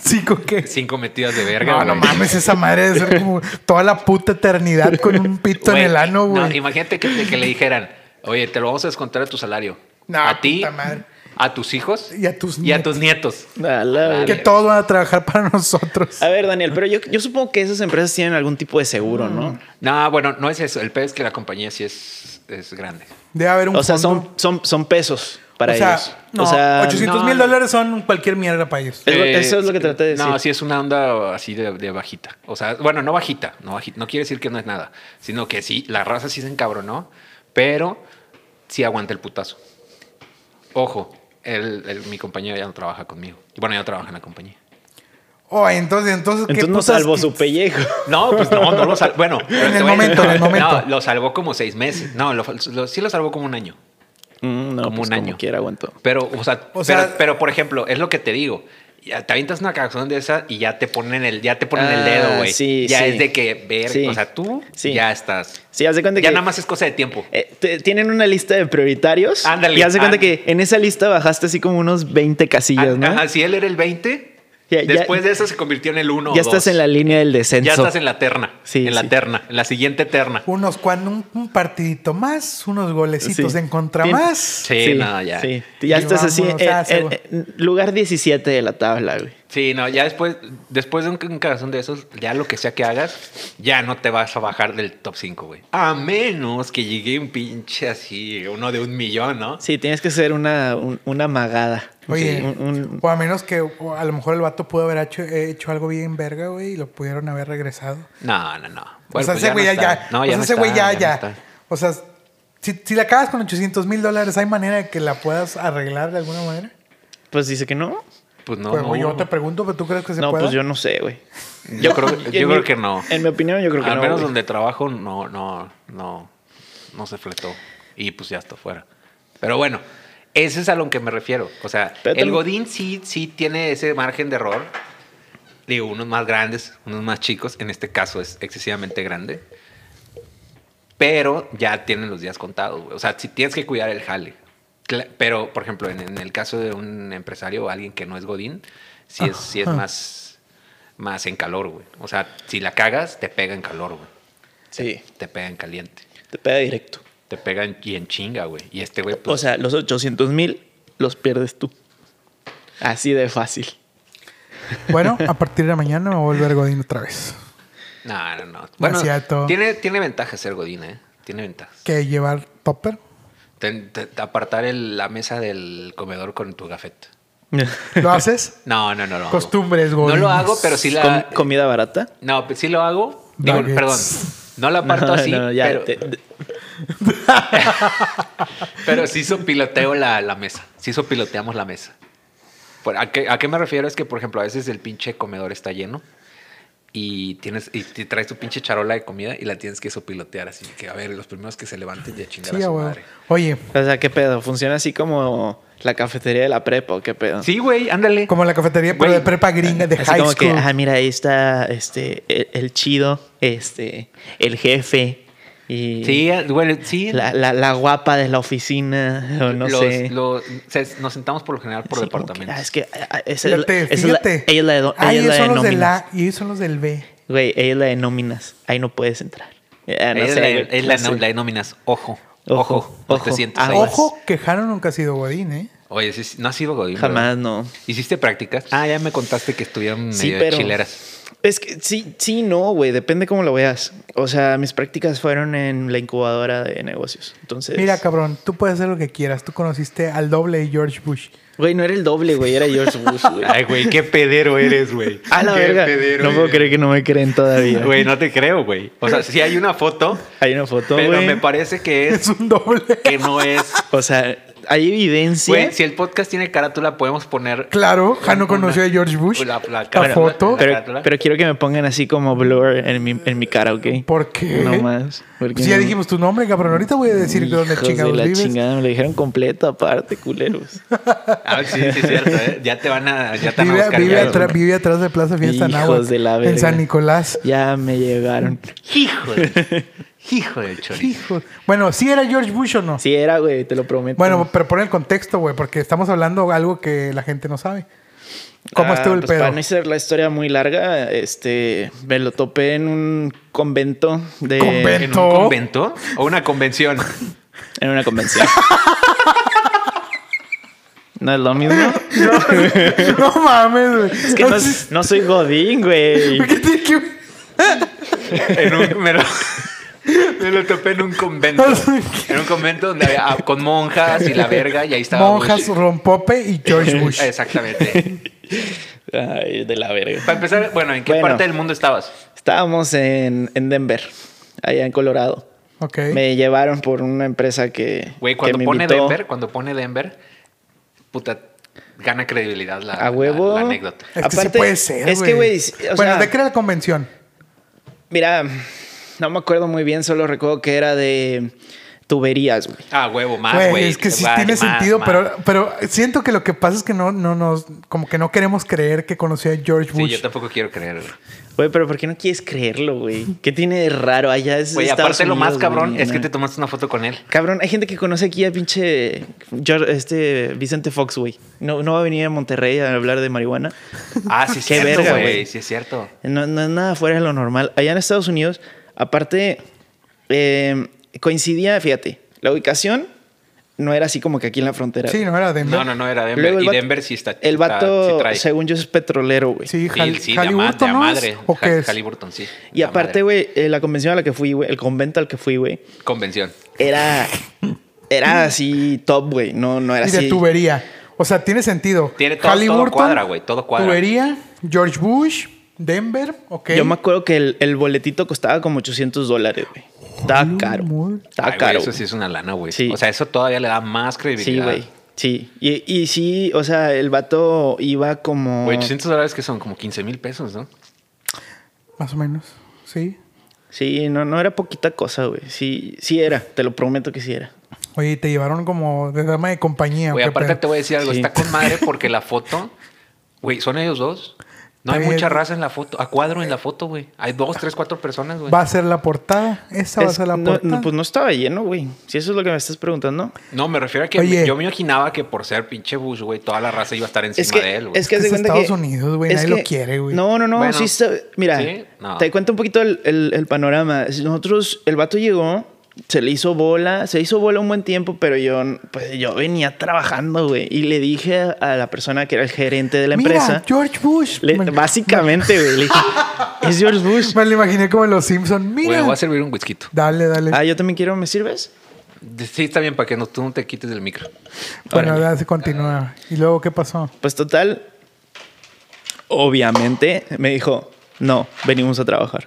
Speaker 4: Sí, ¿con qué?
Speaker 3: Cinco metidas de verga,
Speaker 4: No,
Speaker 3: güey.
Speaker 4: no mames, esa madre de ser como toda la puta eternidad con un pito
Speaker 3: Güey,
Speaker 4: en el ano,
Speaker 3: no,
Speaker 4: güey.
Speaker 3: imagínate que, que le dijeran, oye, te lo vamos a descontar de tu salario.
Speaker 4: No,
Speaker 3: a ti,
Speaker 4: puta madre.
Speaker 3: a tus hijos
Speaker 4: Y a tus
Speaker 3: y a tus nietos.
Speaker 5: A la verga.
Speaker 4: que todos van a trabajar para nosotros.
Speaker 5: A ver, Daniel, pero yo, yo supongo que esas empresas tienen algún tipo de seguro, ¿no?
Speaker 3: No, bueno, no es eso. El pedo es que la compañía sí es, es grande.
Speaker 4: Debe haber Mm. un
Speaker 5: O sea,
Speaker 4: fondo.
Speaker 5: son, son, son pesos para
Speaker 4: o sea,
Speaker 5: ellos.
Speaker 4: No,
Speaker 5: o sea,
Speaker 4: 800 mil
Speaker 3: no.
Speaker 4: dólares son cualquier mierda para ellos.
Speaker 5: Es lo- eso es lo que traté de
Speaker 3: Eh, No,
Speaker 5: decir.
Speaker 3: sí es una onda así de, de bajita. O sea, bueno, no bajita, no bajita. No quiere decir que no es nada, sino que sí, la raza sí se encabronó, pero sí aguanta el putazo. Ojo, el- el- mi compañero ya no trabaja conmigo. Bueno, ya no trabaja en la compañía.
Speaker 4: Oh, entonces, entonces, ¿qué
Speaker 5: Entonces no
Speaker 4: putas
Speaker 5: salvó
Speaker 4: que-
Speaker 5: su pellejo.
Speaker 3: No, pues no, no lo salvó. Bueno, pero
Speaker 4: En
Speaker 3: te
Speaker 4: el
Speaker 3: voy a-
Speaker 4: momento, en el momento.
Speaker 3: No, lo salvó como seis meses. No, lo, lo- sí lo salvó como un año.
Speaker 5: Mm, no,
Speaker 3: como
Speaker 5: pues,
Speaker 3: un año.
Speaker 5: Como quiera, aguantó.
Speaker 3: Pero, o sea,
Speaker 4: O sea-
Speaker 3: pero, pero, por ejemplo, es lo que te digo. Ya te avientas una cagazón de esa y ya te ponen el, ya te ponen el
Speaker 5: Ah,
Speaker 3: dedo, güey.
Speaker 5: sí,
Speaker 3: ya
Speaker 5: sí.
Speaker 3: es de que ver,
Speaker 5: Sí.
Speaker 3: o sea, tú
Speaker 5: Sí.
Speaker 3: ya estás.
Speaker 5: Sí, haz de cuenta
Speaker 3: Ya
Speaker 5: que.
Speaker 3: nada más es cosa de tiempo.
Speaker 5: eh, te- tienen una lista de prioritarios.
Speaker 3: Ándale,
Speaker 5: Y haz de cuenta
Speaker 3: ándale.
Speaker 5: que en esa lista bajaste así como unos 20 casillas, ¿no?
Speaker 3: Ah, Ajá, si él era el 20,
Speaker 5: Ya- ya-
Speaker 3: después de eso se convirtió en el 1
Speaker 5: ya estás en la línea del descenso.
Speaker 3: Ya estás en la terna.
Speaker 5: Sí,
Speaker 3: en la
Speaker 5: sí.
Speaker 3: terna, en la siguiente terna.
Speaker 4: Unos cuando un, un partidito más, unos golecitos
Speaker 5: Sí.
Speaker 4: en contra
Speaker 5: Tien-
Speaker 4: pues, más.
Speaker 3: Sí, no, ya.
Speaker 5: sí. Ya
Speaker 4: Y
Speaker 5: estás así.
Speaker 4: vámonos,
Speaker 5: en-
Speaker 4: ah, seguro.
Speaker 5: en- en lugar 17 de la tabla, güey.
Speaker 3: Sí, no, ya después, después de un, un cagazón de esos, ya lo que sea que hagas, ya no te vas a bajar del top 5, güey. A menos que llegue un pinche así, uno de un millón, ¿no?
Speaker 5: Sí, tienes que ser una, un- una magada.
Speaker 4: Oye,
Speaker 5: Un- un-
Speaker 4: o a menos que o a lo mejor el vato pudo haber hecho, hecho algo bien verga, güey, y lo pudieron haber regresado.
Speaker 3: No, no, no.
Speaker 4: o sea,
Speaker 3: pues
Speaker 4: ese güey ya,
Speaker 3: no está.
Speaker 4: ya.
Speaker 3: No,
Speaker 4: o
Speaker 3: ya
Speaker 4: sea,
Speaker 3: no
Speaker 4: ese güey
Speaker 3: está,
Speaker 4: ya,
Speaker 3: no
Speaker 4: ya.
Speaker 3: está.
Speaker 4: o sea, si, si la acabas con 800 mil dólares, ¿hay manera de que la puedas arreglar de alguna manera?
Speaker 5: pues dice que no.
Speaker 3: Pues no,
Speaker 4: pues,
Speaker 3: no.
Speaker 4: güey, yo te pregunto, pero ¿tú crees que se
Speaker 5: No,
Speaker 4: pueda?
Speaker 5: pues yo no sé, güey.
Speaker 3: Yo creo, yo
Speaker 5: En mi-
Speaker 3: creo que no.
Speaker 5: En mi opinión, yo creo que
Speaker 3: Al
Speaker 5: no.
Speaker 3: menos
Speaker 5: güey.
Speaker 3: donde trabajo, no, no, no, no se fletó. Y pues ya está fuera. Pero bueno, ese es a lo que me refiero. O sea,
Speaker 5: Pero
Speaker 3: el
Speaker 5: tam-
Speaker 3: Godín sí, sí tiene ese margen de error. Digo, unos más grandes, unos más chicos. En este caso es excesivamente grande. Pero ya tienen los días contados. güey. O sea, si tienes que cuidar el jale. Cla- Pero, por ejemplo, en, en el caso de un empresario o alguien que no es Godín, sí es, sí es más, más en calor, güey. O sea, si la cagas, te pega en calor, güey.
Speaker 5: Sí,
Speaker 3: Te pega en caliente.
Speaker 5: te pega directo.
Speaker 3: Te pega en- y en chinga, güey. Y este güey, pues.
Speaker 5: O sea, los 800 mil los pierdes tú. Así de fácil.
Speaker 4: Bueno, a partir de mañana me voy a volver Godín otra vez.
Speaker 3: no, no, no.
Speaker 4: No
Speaker 3: Bueno,
Speaker 4: es cierto.
Speaker 3: tiene, tiene ventajas ser Godín, ¿eh? Tiene ventajas.
Speaker 4: Que llevar topper.
Speaker 3: Ten- te- te apartar el- la mesa del comedor con tu gafete.
Speaker 4: ¿Lo haces?
Speaker 3: No, no, no. lo hago.
Speaker 4: Costumbres,
Speaker 3: No lo
Speaker 4: Godines.
Speaker 3: hago, pero sí la.
Speaker 5: Com- comida barata.
Speaker 3: No, pues sí lo hago. Digo,
Speaker 4: Nuggets.
Speaker 3: perdón. No la aparto así,
Speaker 5: no, ya,
Speaker 3: pero,
Speaker 5: te- te-
Speaker 3: pero sí sopiloteo la, la mesa. Sí sopiloteamos la mesa. Por- ¿a, qué, a qué me refiero? Es que, por ejemplo, a veces el pinche comedor está lleno y tienes y te traes tu pinche charola de comida y la tienes que sopilotear. Así que, a ver, los primeros que se levanten ya chingar
Speaker 4: Sí,
Speaker 3: a
Speaker 4: a
Speaker 3: su
Speaker 4: huevo.
Speaker 3: madre.
Speaker 4: Oye,
Speaker 5: o sea, ¿qué pedo? ¿Funciona así como la cafetería de la prepa o qué pedo?
Speaker 3: Sí, güey, ándale.
Speaker 4: como la cafetería, pero
Speaker 3: Güey,
Speaker 4: de prepa gringa, de
Speaker 5: Así
Speaker 4: high
Speaker 5: como
Speaker 4: school.
Speaker 5: que, ah, mira, ahí está este, el, el chido, este, el jefe y
Speaker 3: Sí, güey, sí.
Speaker 5: la, la- la guapa de la oficina, o no
Speaker 3: Los-
Speaker 5: sé.
Speaker 3: los- se- nos sentamos por lo general por
Speaker 5: Así como que, ah,
Speaker 3: departamentos.
Speaker 5: es que ah, ah, esa es la-
Speaker 4: Fíjate,
Speaker 5: esa es la-
Speaker 4: fíjate.
Speaker 5: ella es la de, do-
Speaker 4: Ah,
Speaker 5: ella es la
Speaker 4: ellos
Speaker 5: de
Speaker 4: son los del
Speaker 5: nóminas.
Speaker 4: A y ellos son los del B.
Speaker 5: Güey, ella es la de nóminas. Ahí no puedes entrar. Ah, no
Speaker 3: es
Speaker 5: sé,
Speaker 3: la,
Speaker 5: güey,
Speaker 3: es la-
Speaker 5: no sé.
Speaker 3: la de nóminas. Ojo. Ojo.
Speaker 5: Ojo,
Speaker 3: no te
Speaker 5: ojo,
Speaker 3: sientes ahí.
Speaker 5: aguas.
Speaker 4: Ojo, que Jaro nunca ha sido Godín, ¿eh?
Speaker 3: Oye, sí, sí, no ha sido Godín. ¿verdad?
Speaker 5: Jamás no.
Speaker 3: ¿Hiciste prácticas? Ah, ya me contaste que estuvieron
Speaker 5: Sí,
Speaker 3: medio
Speaker 5: pero.
Speaker 3: chileras.
Speaker 5: Es que sí, sí, no, güey. Depende cómo lo veas. O sea, mis prácticas fueron en la incubadora de negocios. Entonces.
Speaker 4: Mira, cabrón, tú puedes hacer lo que quieras. Tú conociste al doble de George Bush.
Speaker 5: Güey, no era el doble, güey. Era George Bush, güey.
Speaker 3: Ay, güey, qué pedero eres, güey.
Speaker 5: A la
Speaker 3: Qué
Speaker 5: verga.
Speaker 3: pedero
Speaker 5: No puedo
Speaker 3: eres.
Speaker 5: creer que no me creen todavía.
Speaker 3: Güey, no te creo, güey. O sea, sí hay una foto,
Speaker 5: Hay una foto,
Speaker 3: pero
Speaker 5: güey.
Speaker 3: me parece que
Speaker 4: Es
Speaker 3: es
Speaker 4: un doble.
Speaker 3: que no es.
Speaker 5: O sea, hay evidencia.
Speaker 3: Güey, si el podcast tiene carátula, podemos poner
Speaker 4: Claro, Jano conoció a George Bush.
Speaker 3: la, la
Speaker 4: La
Speaker 3: carátula-
Speaker 4: foto.
Speaker 3: la carátula.
Speaker 5: pero, pero quiero que me pongan así como blur en mi, en mi cara, ¿ok?
Speaker 4: ¿Por qué?
Speaker 5: No más. porque
Speaker 4: Si ya
Speaker 5: no-
Speaker 4: dijimos tu nombre, cabrón. Ahorita voy a decir dónde
Speaker 5: Hijos de
Speaker 4: chingados
Speaker 5: la
Speaker 4: vives.
Speaker 5: chingada, me lo dijeron completo aparte, culeros.
Speaker 3: Ah, sí, sí, es cierto, ¿eh? Ya te van a, ya te van a
Speaker 4: Vive,
Speaker 3: buscar.
Speaker 4: vive
Speaker 3: ya,
Speaker 4: atrás, vive atrás de Plaza Fiesta
Speaker 5: Hijos
Speaker 4: Náhuatl,
Speaker 5: de la
Speaker 4: En
Speaker 5: verga.
Speaker 4: San Nicolás.
Speaker 5: Ya me llegaron.
Speaker 3: Hijo de, hijo del chorizo.
Speaker 4: Hijo. Bueno, ¿sí era George Bush o no?
Speaker 5: Sí era, güey, te lo prometo.
Speaker 4: Bueno, pero pon el contexto, güey, porque estamos hablando algo que la gente no sabe. ¿Cómo
Speaker 5: Ah,
Speaker 4: estuvo el
Speaker 5: pues,
Speaker 4: pedo?
Speaker 5: Para no hacer la historia muy larga, este, me lo topé en un convento de...
Speaker 4: Convento.
Speaker 3: ¿En un convento o una convención?
Speaker 5: En una convención. ¿No es lo mismo?
Speaker 4: No mames, güey.
Speaker 5: Es que no, no soy godín, güey.
Speaker 4: ¿Qué tiene que-
Speaker 3: En un- me, lo, me lo topé en un convento. En un convento donde había, ah, con monjas y la verga, y ahí estaba.
Speaker 4: Monjas,
Speaker 3: Bush.
Speaker 4: Rompope y George Bush.
Speaker 3: Exactamente.
Speaker 5: Ay, de la verga.
Speaker 3: Para empezar, bueno, ¿en qué
Speaker 5: Bueno.
Speaker 3: parte del mundo estabas?
Speaker 5: Estábamos en, en Denver, allá en Colorado.
Speaker 4: Ok.
Speaker 5: Me llevaron por una empresa que,
Speaker 3: Güey,
Speaker 5: que
Speaker 3: cuando
Speaker 5: me
Speaker 3: pone
Speaker 5: invitó.
Speaker 3: Denver, cuando pone Denver, puta, gana credibilidad la,
Speaker 5: A huevo.
Speaker 3: la- la anécdota.
Speaker 4: Es que sí
Speaker 5: Aparte,
Speaker 4: puede ser,
Speaker 5: es que, güey, sí, o
Speaker 4: bueno,
Speaker 5: sea-
Speaker 4: ¿de qué era la convención?
Speaker 5: Mira, no me acuerdo muy bien, solo recuerdo que era de tuberías, güey.
Speaker 3: Ah, huevo, más,
Speaker 4: Güey,
Speaker 3: güey.
Speaker 4: es que sí
Speaker 3: Vale,
Speaker 4: tiene
Speaker 3: más,
Speaker 4: sentido,
Speaker 3: más.
Speaker 4: pero, pero siento que lo que pasa es que no, no nos, como que no queremos creer que conoció a George
Speaker 3: Sí,
Speaker 4: Bush.
Speaker 3: yo tampoco quiero creer. güey.
Speaker 5: Güey, pero ¿por qué no quieres creerlo, güey? ¿Qué tiene de raro allá? Es
Speaker 3: Güey,
Speaker 5: Estados
Speaker 3: aparte lo más
Speaker 5: Unidos,
Speaker 3: cabrón
Speaker 5: güey,
Speaker 3: es que
Speaker 5: no.
Speaker 3: te tomaste una foto con él.
Speaker 5: Cabrón, hay gente que conoce aquí a pinche George- este Vicente Fox, güey. No, no va a venir a Monterrey a hablar de marihuana.
Speaker 3: Ah, sí, es
Speaker 5: Qué
Speaker 3: cierto,
Speaker 5: verga,
Speaker 3: güey.
Speaker 5: güey.
Speaker 3: Sí, es cierto.
Speaker 5: No, no es nada fuera de lo normal. Allá en Estados Unidos, em, aparte, eh, coincidía, fíjate, la ubicación no era así como que aquí en la frontera.
Speaker 4: Sí, no era de
Speaker 3: No, no, no, era Denver.
Speaker 5: Luego el
Speaker 3: y
Speaker 5: vato-
Speaker 3: Denver sí está.
Speaker 5: El
Speaker 3: está-
Speaker 5: vato,
Speaker 3: sí trae.
Speaker 5: según yo, es petrolero, güey.
Speaker 4: Sí,
Speaker 3: Sí,
Speaker 4: Hal-
Speaker 3: sí, de, ama- de
Speaker 4: Halliburton,
Speaker 3: a
Speaker 4: ¿no? es?
Speaker 3: madre.
Speaker 4: ¿O qué
Speaker 3: Ha-
Speaker 4: es?
Speaker 3: Halliburton, sí.
Speaker 5: Y
Speaker 3: de a
Speaker 5: aparte,
Speaker 3: madre.
Speaker 5: güey, eh, la convención a la que fui, güey, el convento al que fui, güey,
Speaker 3: Convención.
Speaker 5: era, era así top, güey. No, no era
Speaker 4: Y
Speaker 5: así.
Speaker 4: de tubería. O sea, tiene sentido.
Speaker 3: Tiene todo- todo cuadra, güey, todo cuadra.
Speaker 4: Tubería, George Bush, Denver, ok.
Speaker 5: Yo me acuerdo que el, el boletito costaba como 800 dólares, güey. Estaba
Speaker 4: Hola,
Speaker 5: caro.
Speaker 4: madre.
Speaker 5: Estaba
Speaker 3: Ay, güey,
Speaker 5: caro.
Speaker 3: eso
Speaker 5: güey.
Speaker 3: sí es una lana, güey.
Speaker 5: Sí.
Speaker 3: O sea, eso todavía le da más
Speaker 5: Sí,
Speaker 3: credibilidad.
Speaker 5: güey. Sí. Y, y sí, o sea, el vato iba como.
Speaker 3: Güey, 800 dólares que son como 15 mil pesos, ¿no?
Speaker 4: Más o menos. Sí.
Speaker 5: Sí, no, no era poquita cosa, güey. Sí, sí era, te lo prometo que sí era.
Speaker 4: Oye, te llevaron como de dama de compañía.
Speaker 3: Güey,
Speaker 4: ¿o qué
Speaker 3: aparte
Speaker 4: pedo?
Speaker 3: te voy a decir algo.
Speaker 5: Sí.
Speaker 3: Está con madre porque la foto... Güey, ¿son ellos dos?
Speaker 4: Está
Speaker 3: No hay
Speaker 4: bien.
Speaker 3: mucha raza en la foto. A cuadro en la foto, güey. Hay dos, tres, cuatro personas, güey.
Speaker 4: Va a ser la portada. Esa va a
Speaker 5: Es-
Speaker 4: ser la
Speaker 5: no,
Speaker 4: portada.
Speaker 5: no, pues no estaba lleno, güey. Si eso es lo que me estás preguntando.
Speaker 3: No, me refiero a que
Speaker 4: Oye.
Speaker 3: yo me imaginaba que por ser pinche Bush, güey, toda la raza iba a estar encima
Speaker 5: es que,
Speaker 3: de él, güey.
Speaker 5: es que,
Speaker 4: Es
Speaker 5: haz de
Speaker 4: que es
Speaker 5: cuenta
Speaker 4: Estados
Speaker 5: que-
Speaker 4: Unidos, güey,
Speaker 5: es
Speaker 4: nadie lo
Speaker 5: que-
Speaker 4: quiere, güey.
Speaker 5: No, no, no.
Speaker 3: Bueno.
Speaker 5: sí está- mira,
Speaker 3: ¿Sí? No.
Speaker 5: te cuento un poquito el, el- el panorama. Nosotros, el vato llegó, se le hizo bola, se hizo bola un buen tiempo, pero yo, pues yo venía trabajando, güey. Y le dije a la persona que era el gerente de la
Speaker 4: Mira,
Speaker 5: empresa.
Speaker 4: George Bush.
Speaker 5: le-
Speaker 4: me,
Speaker 5: básicamente, güey, le dije, es George Bush.
Speaker 4: me lo imaginé como en los Simpsons.
Speaker 3: Güey,
Speaker 4: Mira.
Speaker 3: voy a servir un whisky.
Speaker 4: Dale, dale.
Speaker 5: Ah, yo también quiero, ¿me sirves?
Speaker 3: Sí, está bien, para que no, tú no te quites del micro.
Speaker 4: bueno, ya se continúa. ¿Y luego qué pasó?
Speaker 5: Pues total, obviamente me dijo, no, venimos a trabajar.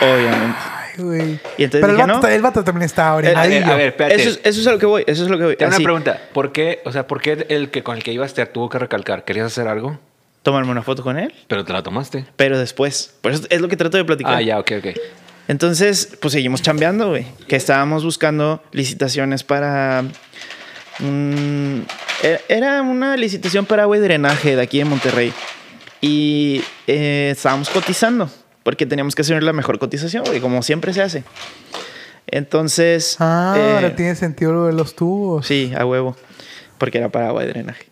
Speaker 5: Obviamente.
Speaker 4: Ay, güey.
Speaker 5: Y entonces
Speaker 4: Pero el
Speaker 5: dije,
Speaker 4: vato,
Speaker 5: ¿no? Eh,
Speaker 4: el vato también estaba
Speaker 5: El-
Speaker 3: A
Speaker 5: Ahí
Speaker 3: ver,
Speaker 4: orinadillo.
Speaker 3: a ver, espérate.
Speaker 5: Eso es, eso es a lo que voy, eso es a lo que voy.
Speaker 3: Tengo
Speaker 5: Así,
Speaker 3: una pregunta. ¿Por qué, o sea, por qué el que con el que ibas te tuvo que recalcar? ¿Querías hacer algo?
Speaker 5: Tomarme una foto con él,
Speaker 3: Pero te la tomaste.
Speaker 5: pero después. Por eso es lo que trato de platicar.
Speaker 3: Ah, ya, ok, ok.
Speaker 5: Entonces, pues seguimos chambeando, güey. Que estábamos buscando licitaciones para... mm, e- era una licitación para agua y drenaje de aquí de Monterrey. Y eh, estábamos cotizando, porque teníamos que hacer la mejor cotización, güey, como siempre se hace. Entonces...
Speaker 4: Ah,
Speaker 5: eh,
Speaker 4: ahora tiene sentido lo de los tubos.
Speaker 5: Sí, a huevo. Porque era para agua de drenaje.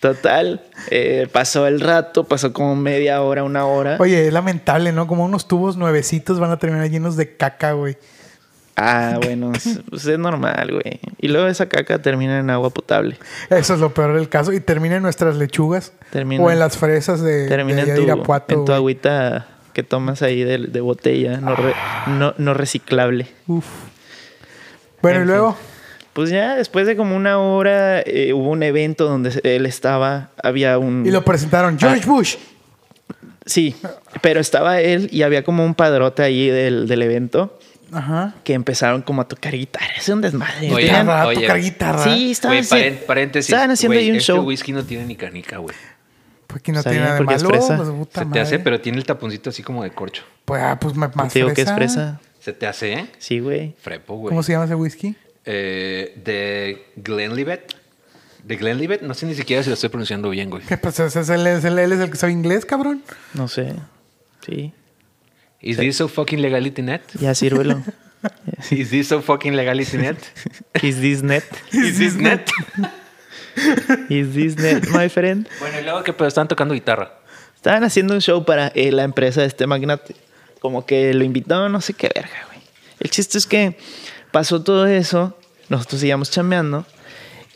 Speaker 5: Total. eh, pasó el rato, pasó como media hora, una hora.
Speaker 4: Oye, es lamentable, ¿no? Como unos tubos nuevecitos van a terminar llenos de caca, güey.
Speaker 5: Ah, bueno, es, pues es normal, güey. Y luego esa caca termina en agua potable.
Speaker 4: Eso es lo peor del caso. Y termina en nuestras lechugas.
Speaker 5: Termina-
Speaker 4: o en las fresas de,
Speaker 5: Termina
Speaker 4: de
Speaker 5: en
Speaker 4: allá
Speaker 5: tu,
Speaker 4: de Eh, Irapuato.
Speaker 5: en tu
Speaker 4: güey.
Speaker 5: agüita que tomas ahí de, de botella, no, re- no, no reciclable.
Speaker 4: Uf. Bueno,
Speaker 5: En
Speaker 4: y luego.
Speaker 5: fin. Pues ya después de como una hora eh, hubo un evento donde se- él estaba, había un...
Speaker 4: Y lo
Speaker 5: Ah.
Speaker 4: presentaron. George Bush.
Speaker 5: Sí, pero estaba él y había como un padrote ahí del, del evento
Speaker 4: Ajá.
Speaker 5: que empezaron como a tocar guitarra. Es un desmadre.
Speaker 3: Oye,
Speaker 5: Tenían-
Speaker 4: Guitarra,
Speaker 3: oye.
Speaker 4: tocar guitarra.
Speaker 5: sí, estaban,
Speaker 3: Güey,
Speaker 5: haci-
Speaker 3: paren- paréntesis.
Speaker 5: estaban haciendo
Speaker 3: Güey,
Speaker 5: ahí un
Speaker 3: este
Speaker 5: show.
Speaker 3: whisky no tiene ni canica, güey.
Speaker 4: Pues que no
Speaker 5: Está
Speaker 4: tiene
Speaker 5: bien,
Speaker 4: nada de
Speaker 5: porque es
Speaker 4: malo.
Speaker 5: fresa.
Speaker 4: pues,
Speaker 3: Se
Speaker 4: puta
Speaker 3: te
Speaker 4: madre.
Speaker 3: hace, pero tiene el taponcito así como de corcho.
Speaker 4: Pues, ah, pues ma- más
Speaker 5: Te digo que es
Speaker 4: fresa.
Speaker 5: fresa.
Speaker 3: ¿Se te hace, eh?
Speaker 5: Sí, güey.
Speaker 3: Frepo, güey.
Speaker 4: ¿Cómo se llama ese whisky?
Speaker 3: Eh, de Glenlivet. De Glenlivet. No sé ni siquiera si lo estoy pronunciando bien, güey.
Speaker 4: ¿Qué pues, es- es el- es el- él es el que sabe inglés, cabrón.
Speaker 5: No sé. Sí.
Speaker 3: ¿Is this so fucking legality net?
Speaker 5: Ya sírvelo.
Speaker 3: ¿Is this so fucking legality net?
Speaker 5: Is this net?
Speaker 3: ¿Is this net?
Speaker 5: Is this net, my friend?
Speaker 3: bueno, y luego que pero estaban tocando guitarra.
Speaker 5: Estaban haciendo un show para eh, la empresa de este magnate. Como que lo invitó, no sé qué verga, güey. El chiste es que pasó todo eso, nosotros seguíamos chameando,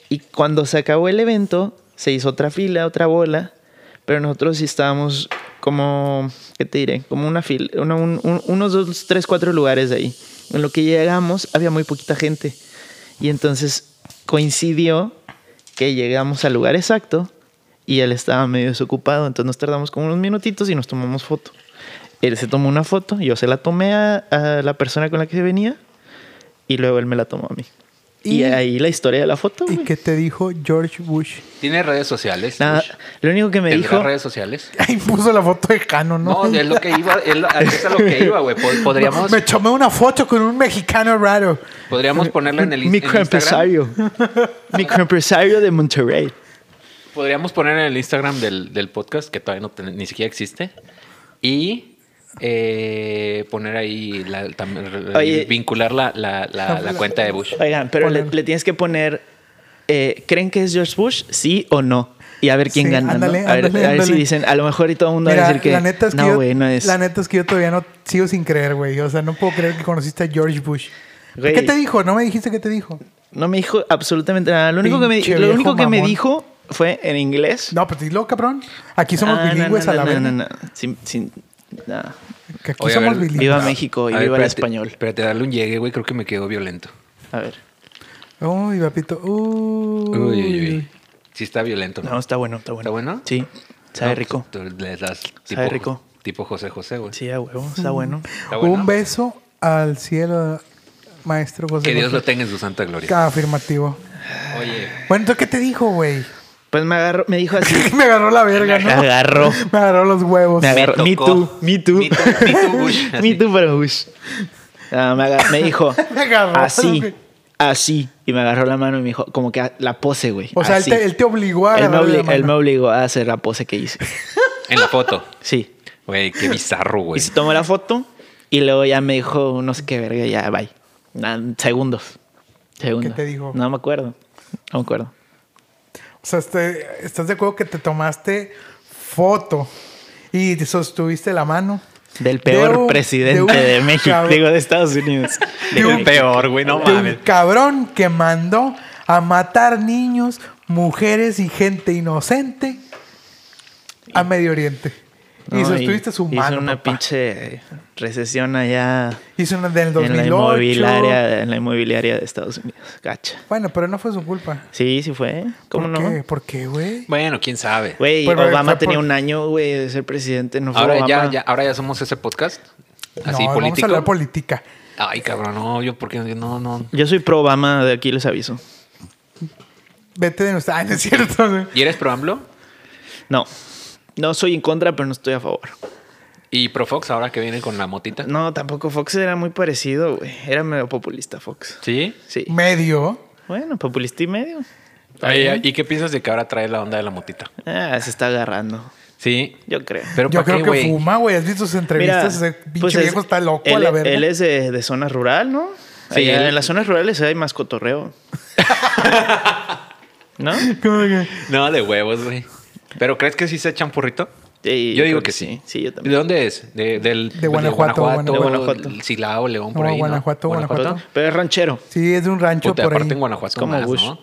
Speaker 5: y cuando se acabó el evento, se hizo otra fila, otra bola, pero nosotros sí estábamos como, ¿qué te diré? Como una fila, una- un- un- unos dos, tres, cuatro lugares de ahí. En lo que llegamos había muy poquita gente. Y entonces coincidió que llegamos al lugar exacto y él estaba medio desocupado. Entonces nos tardamos como unos minutitos y nos tomamos foto. Él se tomó una foto, yo se la tomé a, a la persona con la que venía y luego él me la tomó a mí. Y,
Speaker 4: Y-
Speaker 5: ahí la historia de la foto.
Speaker 4: ¿Y
Speaker 5: güey.
Speaker 4: qué te dijo George Bush?
Speaker 3: ¿Tiene redes sociales?
Speaker 5: Nada,
Speaker 3: Ush.
Speaker 5: lo único que me
Speaker 3: ¿Tendrá
Speaker 5: dijo...
Speaker 3: redes sociales?
Speaker 4: Ahí puso la foto de Cano, ¿no?
Speaker 3: No, es lo que iba, es, lo- es a lo que iba, güey. Pod- Podríamos,
Speaker 4: Me tomé una foto con un mexicano raro.
Speaker 3: podríamos ponerla en el in- en Instagram.
Speaker 5: Microempresario. Microempresario de Monterrey.
Speaker 3: Podríamos poner en el Instagram del, del podcast, que todavía no ten- ni siquiera existe. Y eh, poner ahí, la, tam-
Speaker 5: Oye.
Speaker 3: vincular la, la- la- la cuenta de Bush.
Speaker 5: Oigan, pero le,
Speaker 4: Ponelo.
Speaker 5: le tienes que poner... eh, ¿Creen que es George Bush? Sí o no. Y a ver quién
Speaker 4: Sí,
Speaker 5: gana. ¿no?
Speaker 4: ándale,
Speaker 5: a, ver,
Speaker 4: ándale,
Speaker 5: a ver si
Speaker 4: ándale.
Speaker 5: dicen, a lo mejor y todo el mundo va a
Speaker 4: Mira,
Speaker 5: decir que...
Speaker 4: la neta es que
Speaker 5: no,
Speaker 4: yo,
Speaker 5: güey, no es.
Speaker 4: La neta es que yo todavía no sigo sin creer, güey. O sea, no puedo creer que conociste a George Bush.
Speaker 5: Güey,
Speaker 4: ¿Qué te dijo? No me dijiste qué te dijo.
Speaker 5: No me dijo absolutamente nada. Lo único que me,
Speaker 4: Pinche
Speaker 5: lo
Speaker 4: viejo
Speaker 5: único que me
Speaker 4: mamón.
Speaker 5: dijo fue en inglés.
Speaker 4: No, pues dilo, cabrón. Aquí somos
Speaker 5: Ah, no,
Speaker 4: bilingües
Speaker 5: no,
Speaker 4: a la
Speaker 5: no,
Speaker 4: vez.
Speaker 5: no, no, no. Sin- sin- nada.
Speaker 4: Que aquí
Speaker 3: Oye, a
Speaker 4: somos
Speaker 3: ver,
Speaker 4: bilingües.
Speaker 5: Viva México y
Speaker 3: A ver,
Speaker 5: viva el
Speaker 3: espérate,
Speaker 5: español.
Speaker 3: Espérate, darle un llegue, güey. Creo que me quedó violento.
Speaker 5: A ver.
Speaker 4: Uy, papito. Uy.
Speaker 3: Uy, uy, uy. Sí está violento, ¿no?
Speaker 5: No, está bueno, está bueno.
Speaker 3: ¿Está bueno?
Speaker 5: Sí. Sabe
Speaker 3: No,
Speaker 5: rico.
Speaker 3: pues, tú le das tipo,
Speaker 5: Sabe rico.
Speaker 3: Tipo José José, güey.
Speaker 5: Sí, a huevo.
Speaker 4: Mm.
Speaker 5: Está bueno.
Speaker 3: Está bueno.
Speaker 4: Un beso al cielo, maestro José.
Speaker 3: Que Dios
Speaker 4: José.
Speaker 3: lo tenga en su santa gloria.
Speaker 4: Ah, Afirmativo.
Speaker 3: Oye,
Speaker 4: Bueno, ¿tú qué te dijo, güey?
Speaker 5: Pues me agarró, me dijo así.
Speaker 4: me agarró la verga,
Speaker 5: me
Speaker 4: ¿no?
Speaker 5: agarró.
Speaker 4: Me agarró los huevos.
Speaker 5: Me agarró. Me
Speaker 3: tocó.
Speaker 5: too, me too.
Speaker 3: Me too, me too, Bush.
Speaker 5: Me too, pero Bush. Ah, me, aga- me dijo
Speaker 4: Me agarró.
Speaker 5: así, así. Y me agarró la mano y me dijo, como que a- la pose, güey.
Speaker 4: O sea, él
Speaker 5: así.
Speaker 4: te, él te obligó a
Speaker 5: Él me,
Speaker 4: agarrarle la
Speaker 5: obli- él me
Speaker 4: mano.
Speaker 5: obligó a hacer la pose que hice.
Speaker 3: en la foto.
Speaker 5: Sí.
Speaker 3: Güey, qué bizarro,
Speaker 5: Y
Speaker 3: güey.
Speaker 5: se tomó la foto y luego ya me dijo, no sé qué verga, ya, bye. Nah, segundos. Segundos.
Speaker 4: te dijo?
Speaker 5: No me acuerdo. No me acuerdo.
Speaker 4: O sea, este- ¿estás de acuerdo que te tomaste foto y te sostuviste la mano?
Speaker 5: Del peor
Speaker 4: De un-
Speaker 5: presidente de,
Speaker 4: de un
Speaker 5: México,
Speaker 4: cabrón.
Speaker 5: digo, de Estados Unidos. De
Speaker 3: Qué
Speaker 5: México.
Speaker 3: peor, güey, no
Speaker 4: de un cabrón que mandó a matar niños, mujeres y gente inocente a Medio Oriente. y
Speaker 5: No,
Speaker 4: sostuviste su mano.
Speaker 5: Hizo una
Speaker 4: papá.
Speaker 5: pinche recesión allá
Speaker 4: Hizo una del
Speaker 5: en la,
Speaker 4: 2008.
Speaker 5: inmobiliaria, en la inmobiliaria de Estados Unidos. Gacha.
Speaker 4: Bueno, pero no fue su culpa.
Speaker 5: Sí, sí fue. ¿eh? ¿Cómo
Speaker 4: ¿Por
Speaker 5: no?
Speaker 4: qué? ¿Por qué, güey?
Speaker 3: Bueno, quién sabe.
Speaker 5: Güey,
Speaker 4: Pero, pero
Speaker 5: Obama
Speaker 4: fue
Speaker 5: tenía
Speaker 4: por-
Speaker 5: un año, güey, de ser presidente.
Speaker 4: pues,
Speaker 5: No fue
Speaker 3: Ahora ya,
Speaker 5: Obama.
Speaker 3: ya, ahora ya somos ese podcast. Así
Speaker 4: no, vamos a
Speaker 3: político.
Speaker 4: hablar política.
Speaker 3: Ay, cabrón, no, yo porque no, no.
Speaker 5: Yo soy pro Obama, de aquí les aviso.
Speaker 4: Vete de nuestra... Ay, no es cierto. güey.
Speaker 3: ¿Y eres pro AMLO?
Speaker 5: No. No soy en contra, pero no estoy a favor.
Speaker 3: ¿Y pro Fox ahora que viene con la motita?
Speaker 5: No, tampoco. Fox era muy parecido, güey. Era medio populista, Fox.
Speaker 3: ¿Sí?
Speaker 5: Sí.
Speaker 4: Mm. Medio.
Speaker 5: Bueno, populista y medio.
Speaker 3: Oye, ¿Y qué piensas de que ahora trae la onda de la motita?
Speaker 5: Ah, se está agarrando.
Speaker 3: Sí.
Speaker 5: Yo creo.
Speaker 3: Pero
Speaker 4: Yo
Speaker 3: ¿para
Speaker 4: creo
Speaker 3: qué,
Speaker 4: que
Speaker 3: güey?
Speaker 4: fuma, güey. ¿Has visto sus entrevistas?
Speaker 5: Mira,
Speaker 4: Ese pinche
Speaker 5: pues es-
Speaker 4: viejo está loco a
Speaker 5: él,
Speaker 4: la verga.
Speaker 5: Él es de, de zona rural, ¿no?
Speaker 3: Sí,
Speaker 5: Allá
Speaker 3: él-
Speaker 5: en las zonas rurales hay más cotorreo. ¿No?
Speaker 4: ¿Cómo que?
Speaker 3: No, de huevos, güey. ¿Pero crees que sí se echan porrito?
Speaker 5: Sí,
Speaker 3: yo digo
Speaker 5: creo
Speaker 3: que sí.
Speaker 5: sí. Sí, yo
Speaker 3: ¿De
Speaker 5: también.
Speaker 3: dónde es? De, del,
Speaker 4: De Guanajuato,
Speaker 3: Guanajuato,
Speaker 4: Guanajuato.
Speaker 5: Guanajuato.
Speaker 3: Silao, León, por
Speaker 4: No,
Speaker 3: ahí. ¿no?
Speaker 4: Guanajuato, Guanajuato.
Speaker 5: Pero es ranchero.
Speaker 4: Sí, es de un rancho
Speaker 3: Puta,
Speaker 4: por
Speaker 3: aparte
Speaker 4: ahí.
Speaker 3: en Guanajuato
Speaker 5: Es como
Speaker 3: más,
Speaker 5: Bush.
Speaker 3: ¿no?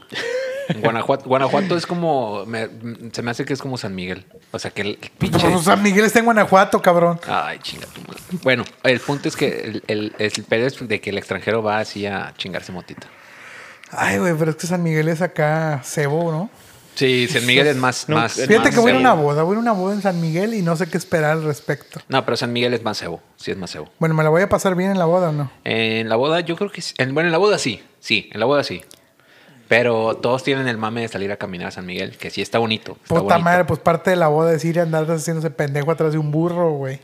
Speaker 3: En Guanajuato, Guanajuato es como... me- se me hace que es como San Miguel. O sea, que el pinche...
Speaker 4: Pues San Miguel está en Guanajuato, cabrón.
Speaker 3: Ay, chinga tu madre. Bueno, el punto es que el, el, el pedo es de que el extranjero va así a chingarse motita.
Speaker 4: Ay, güey, pero es que San Miguel es acá cebo, ¿no?
Speaker 3: Sí, San Miguel es más...
Speaker 5: Nunca-
Speaker 3: más
Speaker 4: Fíjate
Speaker 3: más
Speaker 4: que voy a ir a
Speaker 3: cebo.
Speaker 4: una boda, voy a ir a una boda en San Miguel y no sé qué esperar al respecto.
Speaker 3: No, pero San Miguel es más cebo. Sí, es más cebo.
Speaker 4: Bueno, ¿me la voy a pasar bien en la boda o no?
Speaker 3: En la boda, yo creo que sí. En- bueno, en la boda sí. Sí, en la boda sí. Pero todos tienen el mame de salir a caminar a San Miguel, que sí está bonito. Está
Speaker 4: Puta
Speaker 3: bonito.
Speaker 4: madre, pues parte de la boda es ir a andar haciéndose pendejo atrás de un burro, güey.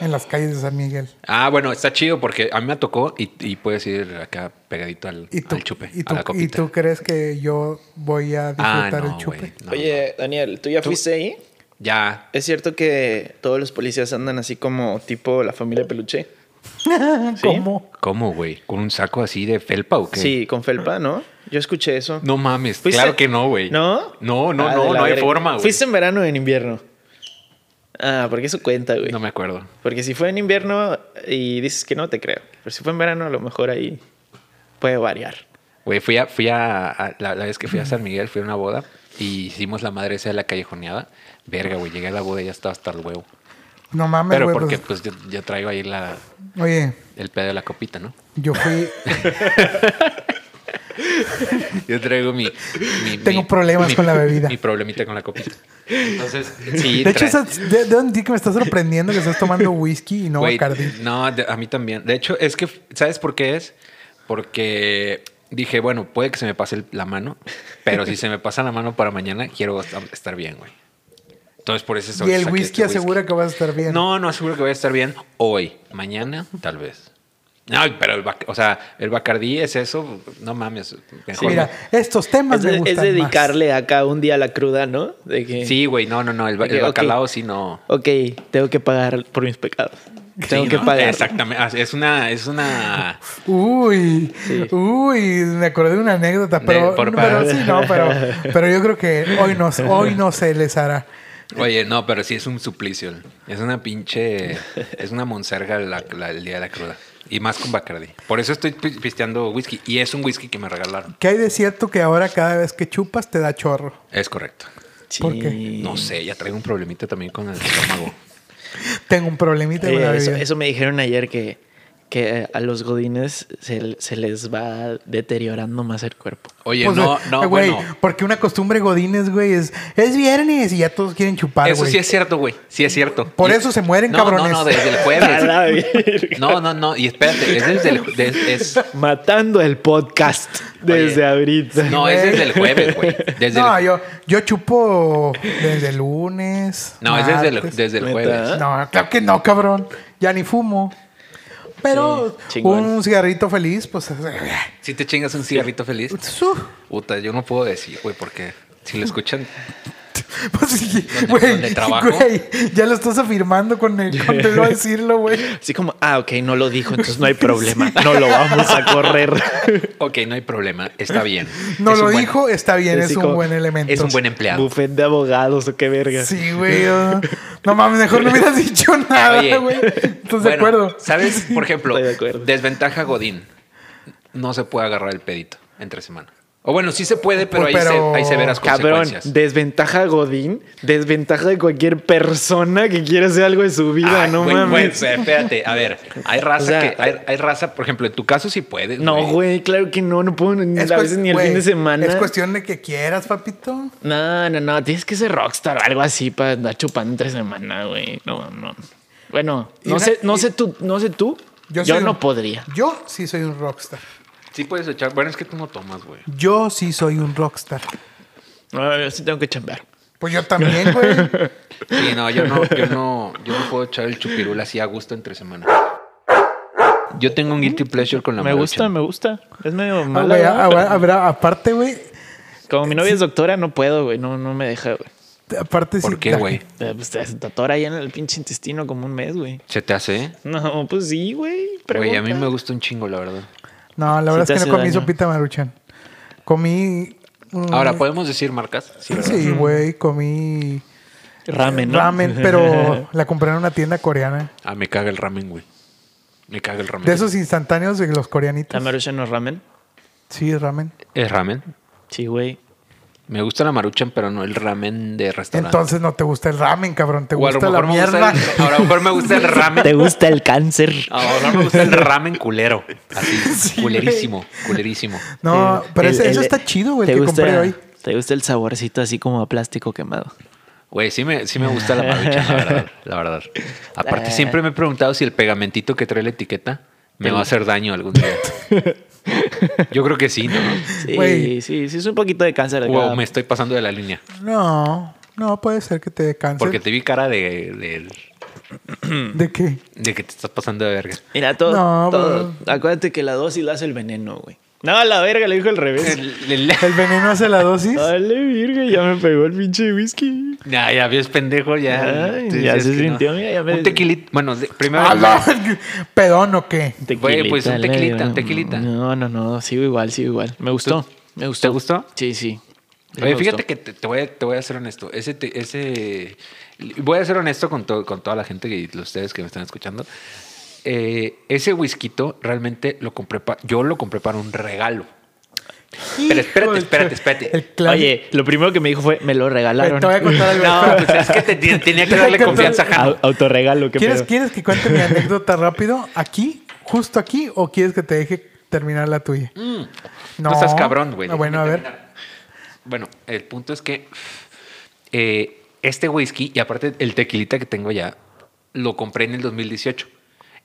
Speaker 4: En las calles de San Miguel.
Speaker 3: Ah, bueno, está chido porque a mí me tocó y, y puedes ir acá pegadito al,
Speaker 4: ¿Y tú,
Speaker 3: al chupe,
Speaker 4: y,
Speaker 3: a
Speaker 4: tú,
Speaker 3: la
Speaker 4: ¿Y
Speaker 3: copita.
Speaker 4: tú crees que yo voy a
Speaker 3: ah,
Speaker 4: disfrutar
Speaker 3: no,
Speaker 4: el chupe?
Speaker 3: güey. no,
Speaker 5: Oye, Daniel, ¿tú ya fuiste ahí?
Speaker 3: no. Ya.
Speaker 5: ¿Es cierto que todos los policías andan así como tipo la familia peluche? Ah,
Speaker 4: ¿Cómo?
Speaker 3: ¿Cómo, güey? ¿Con un saco así de felpa o qué?
Speaker 5: Sí, con felpa, ¿no? Yo escuché eso.
Speaker 3: No mames.
Speaker 5: ¿Fuiste?
Speaker 3: Claro que no, güey.
Speaker 5: ¿No?
Speaker 3: No, no,
Speaker 5: Ah, de
Speaker 3: no,
Speaker 5: la
Speaker 3: no hay
Speaker 5: verga.
Speaker 3: forma, güey.
Speaker 5: ¿Fuiste en verano o en invierno? Ah, porque eso cuenta, güey.
Speaker 3: No me acuerdo.
Speaker 5: Porque si fue en invierno y dices que no, te creo. Pero si fue en verano, a lo mejor ahí puede variar.
Speaker 3: Güey, fui a, fui a, a- la, la vez que fui a San Miguel, fui a una boda y hicimos la madre esa de la callejoneada. Verga, güey, llegué a la boda y ya estaba hasta el huevo.
Speaker 4: No mames,
Speaker 3: Pero
Speaker 4: güey.
Speaker 3: porque
Speaker 4: pues-
Speaker 3: pues yo, yo traigo ahí la,
Speaker 4: oye,
Speaker 3: el pedo de la copita, ¿no?
Speaker 4: yo fui.
Speaker 3: Yo traigo mi... mi-
Speaker 4: Tengo
Speaker 3: mi-
Speaker 4: problemas
Speaker 3: mi-
Speaker 4: con la bebida.
Speaker 3: Mi problemita con la copita. Entonces, sí.
Speaker 4: De hecho,
Speaker 3: tra-
Speaker 4: esas- de, de un día que me está sorprendiendo que estás tomando whisky y no
Speaker 3: Güey,
Speaker 4: Bacardi.
Speaker 3: No, de- a mí también. De hecho, es que, ¿sabes por qué es? Porque dije, bueno, puede que se me pase el- la mano, pero si se me pasa la mano para mañana, quiero est- estar bien, güey. Entonces, por eso...
Speaker 4: Y
Speaker 3: saqué
Speaker 4: el
Speaker 3: este
Speaker 4: whisky asegura que vas a estar bien.
Speaker 3: No, no aseguro que voy a estar bien hoy. Mañana, tal vez. No, pero el, Bac- o sea, el Bacardí es eso. No mames. Mejor
Speaker 4: Mira,
Speaker 3: no.
Speaker 4: estos temas
Speaker 5: Es,
Speaker 4: me
Speaker 5: de-
Speaker 4: gustan
Speaker 5: es dedicarle acá un día a la cruda, ¿no? De que,
Speaker 3: Sí, güey, no, no, no. El, ba- el
Speaker 5: Ok, ok.
Speaker 3: bacalao sí no.
Speaker 5: Ok, tengo que pagar por mis pecados. Tengo
Speaker 3: Sí,
Speaker 5: que
Speaker 3: no,
Speaker 5: pagar.
Speaker 3: Exactamente. Ah, Es una, es una.
Speaker 4: más. Uy, uy, me acordé de una anécdota, pero,
Speaker 3: por
Speaker 4: pero
Speaker 3: pagar.
Speaker 4: sí, no, pero, pero yo creo que hoy no, hoy no se les hará.
Speaker 3: Oye, no, pero sí es un suplicio. Es una pinche. Es una monserga la- la- el día de la cruda. Y más con Bacardi. Por eso estoy pi- pisteando whisky. Y es un whisky que me regalaron.
Speaker 4: ¿Qué hay de cierto que ahora cada vez que chupas te da chorro?
Speaker 3: Es correcto.
Speaker 4: ¿Por qué?
Speaker 5: Sí.
Speaker 3: No sé, ya traigo un problemita también con el estómago.
Speaker 4: Tengo un problemita con la
Speaker 5: Oye, Eh, eso,
Speaker 4: bebida.
Speaker 5: eso me dijeron ayer que, que a los godines se, se les va deteriorando más el cuerpo.
Speaker 3: Oye,
Speaker 4: Pues,
Speaker 3: no,
Speaker 4: eh,
Speaker 3: no,
Speaker 4: güey,
Speaker 3: bueno.
Speaker 4: porque una costumbre godines, güey, es es viernes y ya todos quieren chupar,
Speaker 3: Eso
Speaker 4: güey.
Speaker 3: sí es cierto, güey. Sí es cierto.
Speaker 4: Por
Speaker 3: Y-
Speaker 4: eso se mueren,
Speaker 3: No,
Speaker 4: cabrones.
Speaker 3: No, no, desde el
Speaker 5: A
Speaker 3: jueves.
Speaker 5: la verga.
Speaker 3: No, no, no. Y espérate, es desde el... de- es-
Speaker 5: Matando el podcast desde
Speaker 3: Oye,
Speaker 5: ahorita.
Speaker 3: no, es desde el jueves, güey. Desde
Speaker 4: no,
Speaker 3: el-
Speaker 4: yo, yo chupo desde el lunes.
Speaker 3: no, es desde el,
Speaker 4: martes.
Speaker 3: desde ¿Ah? el
Speaker 5: ¿Neta?
Speaker 3: jueves.
Speaker 4: No, claro que no, cabrón. Ya ni fumo. Pero
Speaker 5: Sí, chingón.
Speaker 4: un cigarrito feliz, pues.
Speaker 3: Si te chingas un cigarrito feliz.
Speaker 4: su-
Speaker 3: Puta, yo no puedo decir, güey, porque si lo escuchan...
Speaker 4: Pues sí,
Speaker 3: ¿Dónde-
Speaker 4: güey,
Speaker 3: dónde trabajo?
Speaker 4: güey, ya lo estás afirmando con el con el no decirlo, güey.
Speaker 5: Así como, ah, ok, no lo dijo, entonces no hay problema. No lo vamos a correr.
Speaker 3: Ok, no hay problema. Está bien.
Speaker 4: No
Speaker 3: Es
Speaker 4: lo
Speaker 3: un buen-
Speaker 4: dijo, está bien, es,
Speaker 5: Sí,
Speaker 4: un
Speaker 5: como-
Speaker 4: buen elemento.
Speaker 3: Es un buen empleado.
Speaker 5: Buffet de abogados o qué verga.
Speaker 4: Sí, güey. ah. No mames, mejor no hubieras dicho
Speaker 3: Ah, Oye,
Speaker 4: nada, güey. Estás de
Speaker 3: bueno,
Speaker 4: acuerdo.
Speaker 3: ¿Sabes? Por ejemplo,
Speaker 5: Estoy de acuerdo.
Speaker 3: desventaja Godín. No se puede agarrar el pedito entre semana. O bueno, sí se puede, pero,
Speaker 4: Pero-
Speaker 3: Ahí, se, ahí se verán las
Speaker 5: Cabrón,
Speaker 3: consecuencias.
Speaker 5: desventaja Godín, desventaja de cualquier persona que quiera hacer algo de su vida,
Speaker 3: Ay,
Speaker 5: no
Speaker 3: Ah, güey,
Speaker 5: mames.
Speaker 3: güey, espérate, a ver, hay raza
Speaker 5: O sea,
Speaker 3: que, hay, hay raza, por ejemplo, en tu caso sí puedes.
Speaker 5: No, güey, claro que no, no puedo ni-
Speaker 4: Es
Speaker 5: a
Speaker 4: cues-
Speaker 5: veces ni el
Speaker 4: güey,
Speaker 5: fin de semana.
Speaker 4: Es cuestión de que quieras, papito.
Speaker 5: No, no, no, tienes que ser rockstar o algo así para andar chupando entre semana, güey. No, no. Bueno,
Speaker 4: Y
Speaker 5: no
Speaker 4: una-
Speaker 5: sé, no
Speaker 4: y-
Speaker 5: sé tú, no sé tú. Yo,
Speaker 4: soy
Speaker 5: no
Speaker 4: un-
Speaker 5: podría.
Speaker 4: Yo sí soy un rockstar.
Speaker 3: Sí puedes echar. Bueno, es que tú no tomas, güey.
Speaker 4: Yo sí soy un rockstar.
Speaker 5: No, yo sí tengo que chambear.
Speaker 4: Pues yo también, güey.
Speaker 3: Sí, no, yo no, yo no, yo no puedo echar el chupirul así a gusto entre semana. Yo tengo un guilty pleasure con la
Speaker 5: me gusta,
Speaker 3: maruchan.
Speaker 5: me gusta. Es medio
Speaker 4: Ah,
Speaker 5: malo.
Speaker 4: güey, ah, güey, a ver, aparte, güey.
Speaker 5: Como mi novia es doctora, no puedo, güey. No, no me deja, güey.
Speaker 4: Aparte, sí,
Speaker 3: ¿Por qué,
Speaker 4: la-
Speaker 3: güey?
Speaker 5: Eh, Pues te te atora ahí en el pinche intestino como un mes, güey.
Speaker 3: ¿Se te hace?
Speaker 5: No, pues sí, güey.
Speaker 3: Güey, a mí
Speaker 5: pregunta.
Speaker 3: me gusta un chingo, la verdad.
Speaker 4: No, la
Speaker 5: Sí
Speaker 4: verdad
Speaker 5: te
Speaker 4: es que no
Speaker 5: hace
Speaker 4: comí
Speaker 5: daño. Ah,
Speaker 4: sopita maruchan. Comí. mm,
Speaker 3: Ahora, ¿podemos decir marcas? Sí, ¿verdad?
Speaker 4: Sí, güey, comí
Speaker 5: Ramen, ¿no?
Speaker 4: ramen, pero la compré en una tienda coreana.
Speaker 3: Ah, me caga el ramen, güey. Me caga el ramen.
Speaker 4: De esos instantáneos de los
Speaker 5: ¿La
Speaker 4: coreanitos.
Speaker 5: marucha no es ramen?
Speaker 4: Sí, ramen.
Speaker 3: ¿Es ramen?
Speaker 5: Sí, güey.
Speaker 3: Me gusta la maruchan, pero no el ramen de restaurante.
Speaker 4: Entonces no te gusta el ramen, cabrón. Te
Speaker 3: O a lo
Speaker 4: gusta la
Speaker 3: mejor me gusta
Speaker 4: mierda.
Speaker 3: el- ahora a lo mejor me gusta el ramen.
Speaker 5: ¿Te gusta el cáncer?
Speaker 3: A lo mejor me gusta el ramen culero. Así, culerísimo, culerísimo.
Speaker 4: No,
Speaker 5: El-
Speaker 4: pero
Speaker 5: Eh, el-
Speaker 4: ese, ese
Speaker 5: el-
Speaker 4: está chido, güey,
Speaker 5: ¿te
Speaker 4: el que
Speaker 5: gusta-
Speaker 4: compré hoy.
Speaker 5: ¿Te gusta el saborcito así como a plástico quemado?
Speaker 3: Güey, sí me, sí me gusta la maruchan, la verdad. La verdad.
Speaker 5: Eh.
Speaker 3: Aparte, siempre me he preguntado si el pegamentito que trae la etiqueta me va a hacer daño algún día. Yo creo que sí, ¿no?
Speaker 5: Sí,
Speaker 4: Güey.
Speaker 5: sí, sí, es un poquito de cáncer. de
Speaker 3: Wow,
Speaker 5: cada-
Speaker 3: me estoy pasando de la línea.
Speaker 4: No, no, puede ser que te dé cáncer.
Speaker 3: Porque te vi cara de, de,
Speaker 4: ¿De qué?
Speaker 3: de que te estás pasando de verga.
Speaker 5: Mira, todo,
Speaker 4: No,
Speaker 5: todo. Acuérdate que la dosis la hace el veneno, güey. No, la verga, le dijo al revés.
Speaker 3: El- el-
Speaker 4: ¿El veneno hace la dosis?
Speaker 5: Dale, virga, ya me pegó el pinche whisky.
Speaker 3: Ya, ya ves, pendejo, ya.
Speaker 5: Ay,
Speaker 3: Tú
Speaker 5: ya
Speaker 3: dices
Speaker 5: se
Speaker 3: que
Speaker 5: sintió, mira, ya me-
Speaker 3: Un tequilita. Bueno, de- primero.
Speaker 4: Ah, la- ¿Pedón o qué?
Speaker 3: Güey, pues, un
Speaker 5: le
Speaker 3: tequilita,
Speaker 5: digo.
Speaker 3: un tequilita.
Speaker 5: No, no, no, sigo igual, sigo igual. Me gustó.
Speaker 3: ¿Tú-
Speaker 5: Me gustó.
Speaker 3: te gustó?
Speaker 5: Sí, sí. Sí,
Speaker 3: Oye,
Speaker 5: me
Speaker 3: fíjate
Speaker 5: gustó.
Speaker 3: que te, te voy a, te voy a ser honesto. Ese, te- ese, voy a ser honesto con, to- con toda la gente y ustedes que me están escuchando. Eh, ese whisky realmente lo compré pa- yo lo compré para un regalo. Pero espérate, espérate, espérate.
Speaker 4: El clan-
Speaker 5: Oye, lo primero que me dijo fue, me lo regalaron.
Speaker 4: Te voy a contar algo.
Speaker 3: No, pues es que te- te- tenía que darle confianza a
Speaker 5: Au-
Speaker 3: Jano.
Speaker 5: Autorregalo, qué
Speaker 4: ¿Quieres,
Speaker 5: pedo.
Speaker 4: ¿Quieres que cuente mi anécdota rápido? ¿Aquí? ¿Justo aquí? ¿O quieres que te deje terminar la tuya?
Speaker 3: Mm. No estás cabrón, güey.
Speaker 4: Ah, Bueno, a
Speaker 3: Déjame
Speaker 4: ver.
Speaker 3: terminar. Bueno, el punto es que eh, este whisky, y aparte el tequilita que tengo ya, lo compré en el 2018.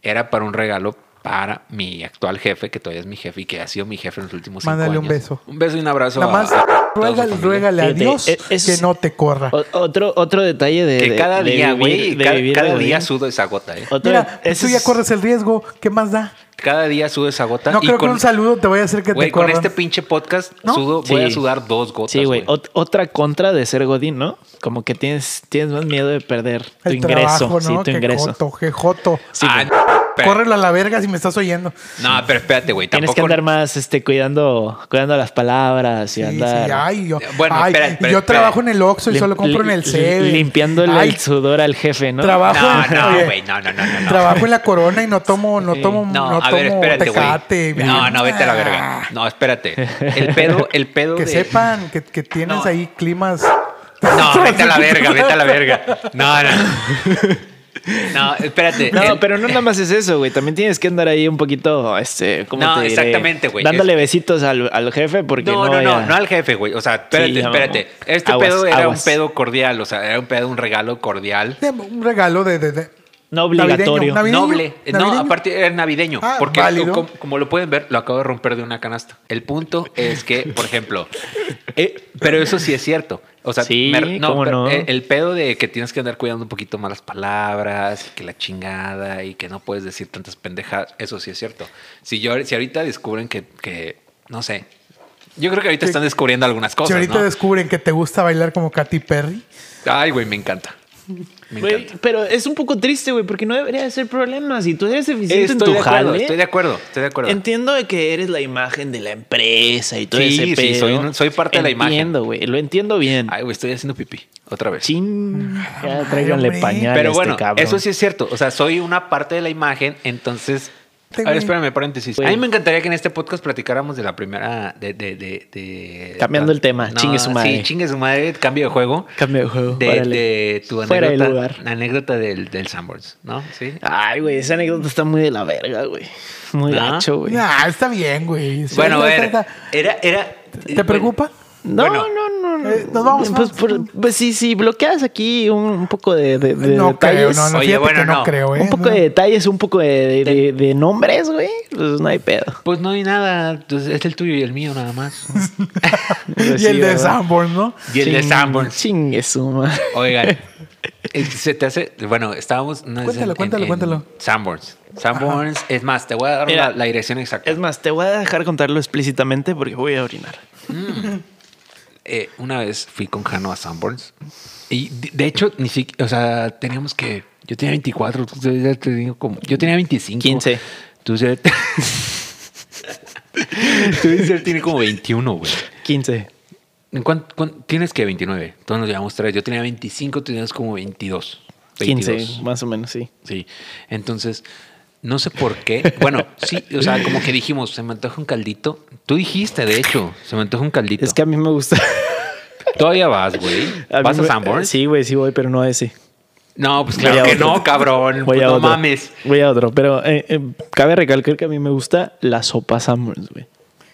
Speaker 3: Era para un regalo para mi actual jefe, que todavía es mi jefe y que ha sido mi jefe en los últimos cinco
Speaker 4: Mándale un
Speaker 3: años.
Speaker 4: beso.
Speaker 3: Un beso y un abrazo.
Speaker 4: Nada
Speaker 3: a-
Speaker 4: más,
Speaker 3: a toda su
Speaker 4: ruégale,
Speaker 3: familia.
Speaker 4: ruégale a
Speaker 5: Fíjate,
Speaker 4: Dios
Speaker 5: eh, eso
Speaker 4: que
Speaker 5: sí.
Speaker 4: no te corra.
Speaker 5: O- otro, otro detalle de.
Speaker 3: Que
Speaker 5: de-
Speaker 3: cada
Speaker 5: de
Speaker 3: día, güey,
Speaker 5: vivir- de
Speaker 3: cada,
Speaker 5: vivir
Speaker 3: cada
Speaker 5: algo,
Speaker 3: día
Speaker 5: güey.
Speaker 3: sudo esa gota, ¿eh?
Speaker 5: Otro-
Speaker 4: Mira, pues
Speaker 5: ese
Speaker 4: tú ya
Speaker 5: es-
Speaker 4: corres el riesgo. ¿Qué más da?
Speaker 3: Cada día sudo esa gota.
Speaker 4: No
Speaker 3: y
Speaker 4: creo
Speaker 3: con-
Speaker 4: que un saludo te vaya a hacer que
Speaker 3: Güey,
Speaker 4: te
Speaker 3: con
Speaker 4: corran.
Speaker 3: este pinche podcast
Speaker 4: ¿No?
Speaker 3: sudo, voy a
Speaker 5: Sí.
Speaker 3: sudar dos gotas.
Speaker 5: Sí, güey. Ot- otra contra de ser Godín, ¿no? Como que tienes, tienes más miedo de perder tu
Speaker 4: El
Speaker 5: ingreso.
Speaker 4: trabajo, ¿no?
Speaker 5: Sí, tu
Speaker 4: Qué
Speaker 5: ingreso.
Speaker 4: joto, qué joto.
Speaker 5: Sí,
Speaker 3: Ah,
Speaker 5: güey.
Speaker 3: Pero-
Speaker 4: Córrelo a la verga si me estás oyendo.
Speaker 3: No, pero espérate, güey.
Speaker 5: Tienes que
Speaker 3: tampoco-
Speaker 5: andar más este, cuidando, cuidando las palabras y
Speaker 4: Sí, sí,
Speaker 5: andar.
Speaker 4: ay, yo,
Speaker 3: Bueno,
Speaker 4: ay,
Speaker 3: espera, espera,
Speaker 4: yo
Speaker 3: espera.
Speaker 4: trabajo en el Oxxo y
Speaker 5: lim-
Speaker 4: solo compro en el
Speaker 5: li-
Speaker 4: Seven.
Speaker 5: Limpiándole
Speaker 4: Ay,
Speaker 5: el sudor al jefe, ¿no?
Speaker 4: Trabajo,
Speaker 3: No,
Speaker 4: en-
Speaker 3: no,
Speaker 4: oye,
Speaker 3: güey, no, no, no, no, no.
Speaker 4: Trabajo en la corona y no tomo, no tomo, no,
Speaker 3: No, a
Speaker 4: tomo
Speaker 3: ver, espérate,
Speaker 4: tecate. güey.
Speaker 3: güey. No, no, vete a la
Speaker 5: Ah.
Speaker 3: verga. No, espérate. El pedo, el pedo
Speaker 4: Que
Speaker 3: de-
Speaker 4: sepan que, que tienes
Speaker 3: No.
Speaker 4: ahí climas.
Speaker 3: No, vete a la verga, vete a la verga. No, no. No, espérate.
Speaker 5: No,
Speaker 3: El-
Speaker 5: pero no nada más es eso, güey. También tienes que andar ahí un poquito, este, ¿cómo
Speaker 3: No,
Speaker 5: te diré?
Speaker 3: exactamente, güey.
Speaker 5: Dándole besitos al, al jefe porque
Speaker 3: No,
Speaker 5: no
Speaker 3: no, no,
Speaker 5: vaya-
Speaker 3: no al jefe, güey. O sea, espérate,
Speaker 5: Sí, no.
Speaker 3: espérate. Este
Speaker 5: Aguas,
Speaker 3: pedo era
Speaker 5: aguas.
Speaker 3: un pedo cordial, o sea, era un pedo, un regalo cordial.
Speaker 4: Un regalo de. de, de-
Speaker 5: No obligatorio.
Speaker 4: navideño,
Speaker 3: Noble. No,
Speaker 4: navideño.
Speaker 3: aparte era navideño.
Speaker 4: Ah,
Speaker 3: porque
Speaker 4: válido.
Speaker 3: como, como lo pueden ver, lo acabo de romper de una canasta. El punto es que, por ejemplo, eh, pero eso sí es cierto. O sea,
Speaker 5: Sí, cómo
Speaker 3: pero,
Speaker 5: no.
Speaker 3: eh, el pedo de que tienes que andar cuidando un poquito más las palabras, que la chingada y que no puedes decir tantas pendejas, eso sí es cierto. Si yo, si ahorita descubren que, que no sé, yo creo que ahorita
Speaker 4: Que-
Speaker 3: están descubriendo algunas
Speaker 4: Si
Speaker 3: cosas.
Speaker 4: ahorita
Speaker 3: ¿no?
Speaker 4: descubren que te gusta bailar como Katy Perry.
Speaker 3: Ay, güey, me encanta. Me
Speaker 5: Güey,
Speaker 3: encanta.
Speaker 5: pero es un poco triste, güey, porque no debería de ser problema. Si tú eres eficiente
Speaker 3: Estoy
Speaker 5: en
Speaker 3: de
Speaker 5: tu
Speaker 3: acuerdo,
Speaker 5: jale,
Speaker 3: estoy de acuerdo, estoy de acuerdo.
Speaker 5: entiendo de que eres la imagen de la empresa y todo
Speaker 3: Sí,
Speaker 5: ese
Speaker 3: sí,
Speaker 5: pedo.
Speaker 3: soy un- soy parte de la imagen.
Speaker 5: Entiendo, güey, lo entiendo bien.
Speaker 3: Ay, güey, estoy haciendo pipí otra vez.
Speaker 5: Chin, ya
Speaker 4: Mm, Ay,
Speaker 5: tráiganle
Speaker 4: hombre.
Speaker 5: pañal
Speaker 3: Pero
Speaker 5: a
Speaker 3: bueno,
Speaker 5: este cabrón.
Speaker 3: eso sí es cierto. O sea, soy una parte de la imagen, entonces.
Speaker 4: Este
Speaker 3: a ver,
Speaker 4: güey.
Speaker 3: espérame, paréntesis.
Speaker 5: Güey.
Speaker 3: A mí me encantaría que en este podcast platicáramos de la primera. De, de, de, de-
Speaker 5: Cambiando el tema, chingue su madre.
Speaker 3: Sí, chingue su madre, cambio de juego.
Speaker 5: Cambio de juego,
Speaker 3: De,
Speaker 5: órale.
Speaker 3: de tu
Speaker 5: Fuera de
Speaker 3: anécdota.
Speaker 5: lugar.
Speaker 3: La anécdota del, del Sanborns, ¿no? Sí.
Speaker 5: Ay, güey, esa anécdota está muy de la verga, güey. Muy
Speaker 3: Ah.
Speaker 5: gacho, güey.
Speaker 4: Nah, está bien, güey. Sí,
Speaker 3: bueno, a
Speaker 4: la
Speaker 3: ver. eh,
Speaker 4: neta,
Speaker 3: Era, era. eh,
Speaker 4: ¿Te preocupa?
Speaker 5: No,
Speaker 3: Bueno.
Speaker 5: no, no, no.
Speaker 4: Eh, nos vamos, vamos.
Speaker 5: Pues, por- pues sí, sí, bloqueas aquí un, un poco de, de- de
Speaker 4: no creo,
Speaker 5: detalles.
Speaker 4: no, no,
Speaker 3: Oye,
Speaker 4: fíjate
Speaker 3: bueno,
Speaker 4: que no,
Speaker 3: no.
Speaker 4: creo, ¿eh?
Speaker 5: Un poco
Speaker 4: No.
Speaker 5: de detalles, un poco de, de- de- de nombres, güey. Pues no hay pedo.
Speaker 3: Pues no hay nada. entonces, es el tuyo y el mío nada más.
Speaker 5: Pues
Speaker 4: Y el
Speaker 5: sí,
Speaker 4: de
Speaker 5: ¿verdad?
Speaker 4: Sanborn, ¿no?
Speaker 3: y el de
Speaker 5: Ching-
Speaker 3: Sanborns.
Speaker 5: Chingue suma.
Speaker 3: Oigan, eh, se te hace. Bueno, estábamos. no, es
Speaker 4: Cuéntalo, cuéntalo, cuéntalo.
Speaker 3: Sanborns. Sanborns, es más, te voy a dar
Speaker 5: Mira,
Speaker 3: la, la dirección exacta.
Speaker 5: Es más, te voy a dejar contarlo explícitamente porque voy a orinar.
Speaker 3: Eh, una vez fui con Jano a Sanborns y de, de hecho, ni siquiera. O sea, teníamos que. Yo tenía 24, tú ya te digo como. Yo tenía 25.
Speaker 5: 15.
Speaker 3: Tú ya. tú ya tiene como 21, güey.
Speaker 5: 15.
Speaker 3: ¿En cuán- cuán- tienes que 29. Todos nos llevamos 3. Yo tenía 25, tú tenías como 22.
Speaker 5: 15,
Speaker 3: 22.
Speaker 5: más o menos, sí.
Speaker 3: Sí. Entonces, no sé por qué. Bueno, sí, o sea, como que dijimos, se me antoja un caldito. Tú dijiste, de hecho, se me antoja un caldito.
Speaker 5: Es que a mí me gusta.
Speaker 3: Todavía vas, güey.
Speaker 5: a mí
Speaker 3: ¿Vas a
Speaker 5: me-
Speaker 3: Sanborns?
Speaker 5: Sí, güey, sí voy, pero no a ese.
Speaker 3: No, pues
Speaker 5: Voy
Speaker 3: claro
Speaker 5: a
Speaker 3: que
Speaker 5: otro.
Speaker 3: no, cabrón. Pues
Speaker 5: Voy a
Speaker 3: no
Speaker 5: otro.
Speaker 3: mames.
Speaker 5: Voy a otro. Pero eh, eh, cabe recalcar que a mí me gusta la sopa Sanborns, güey.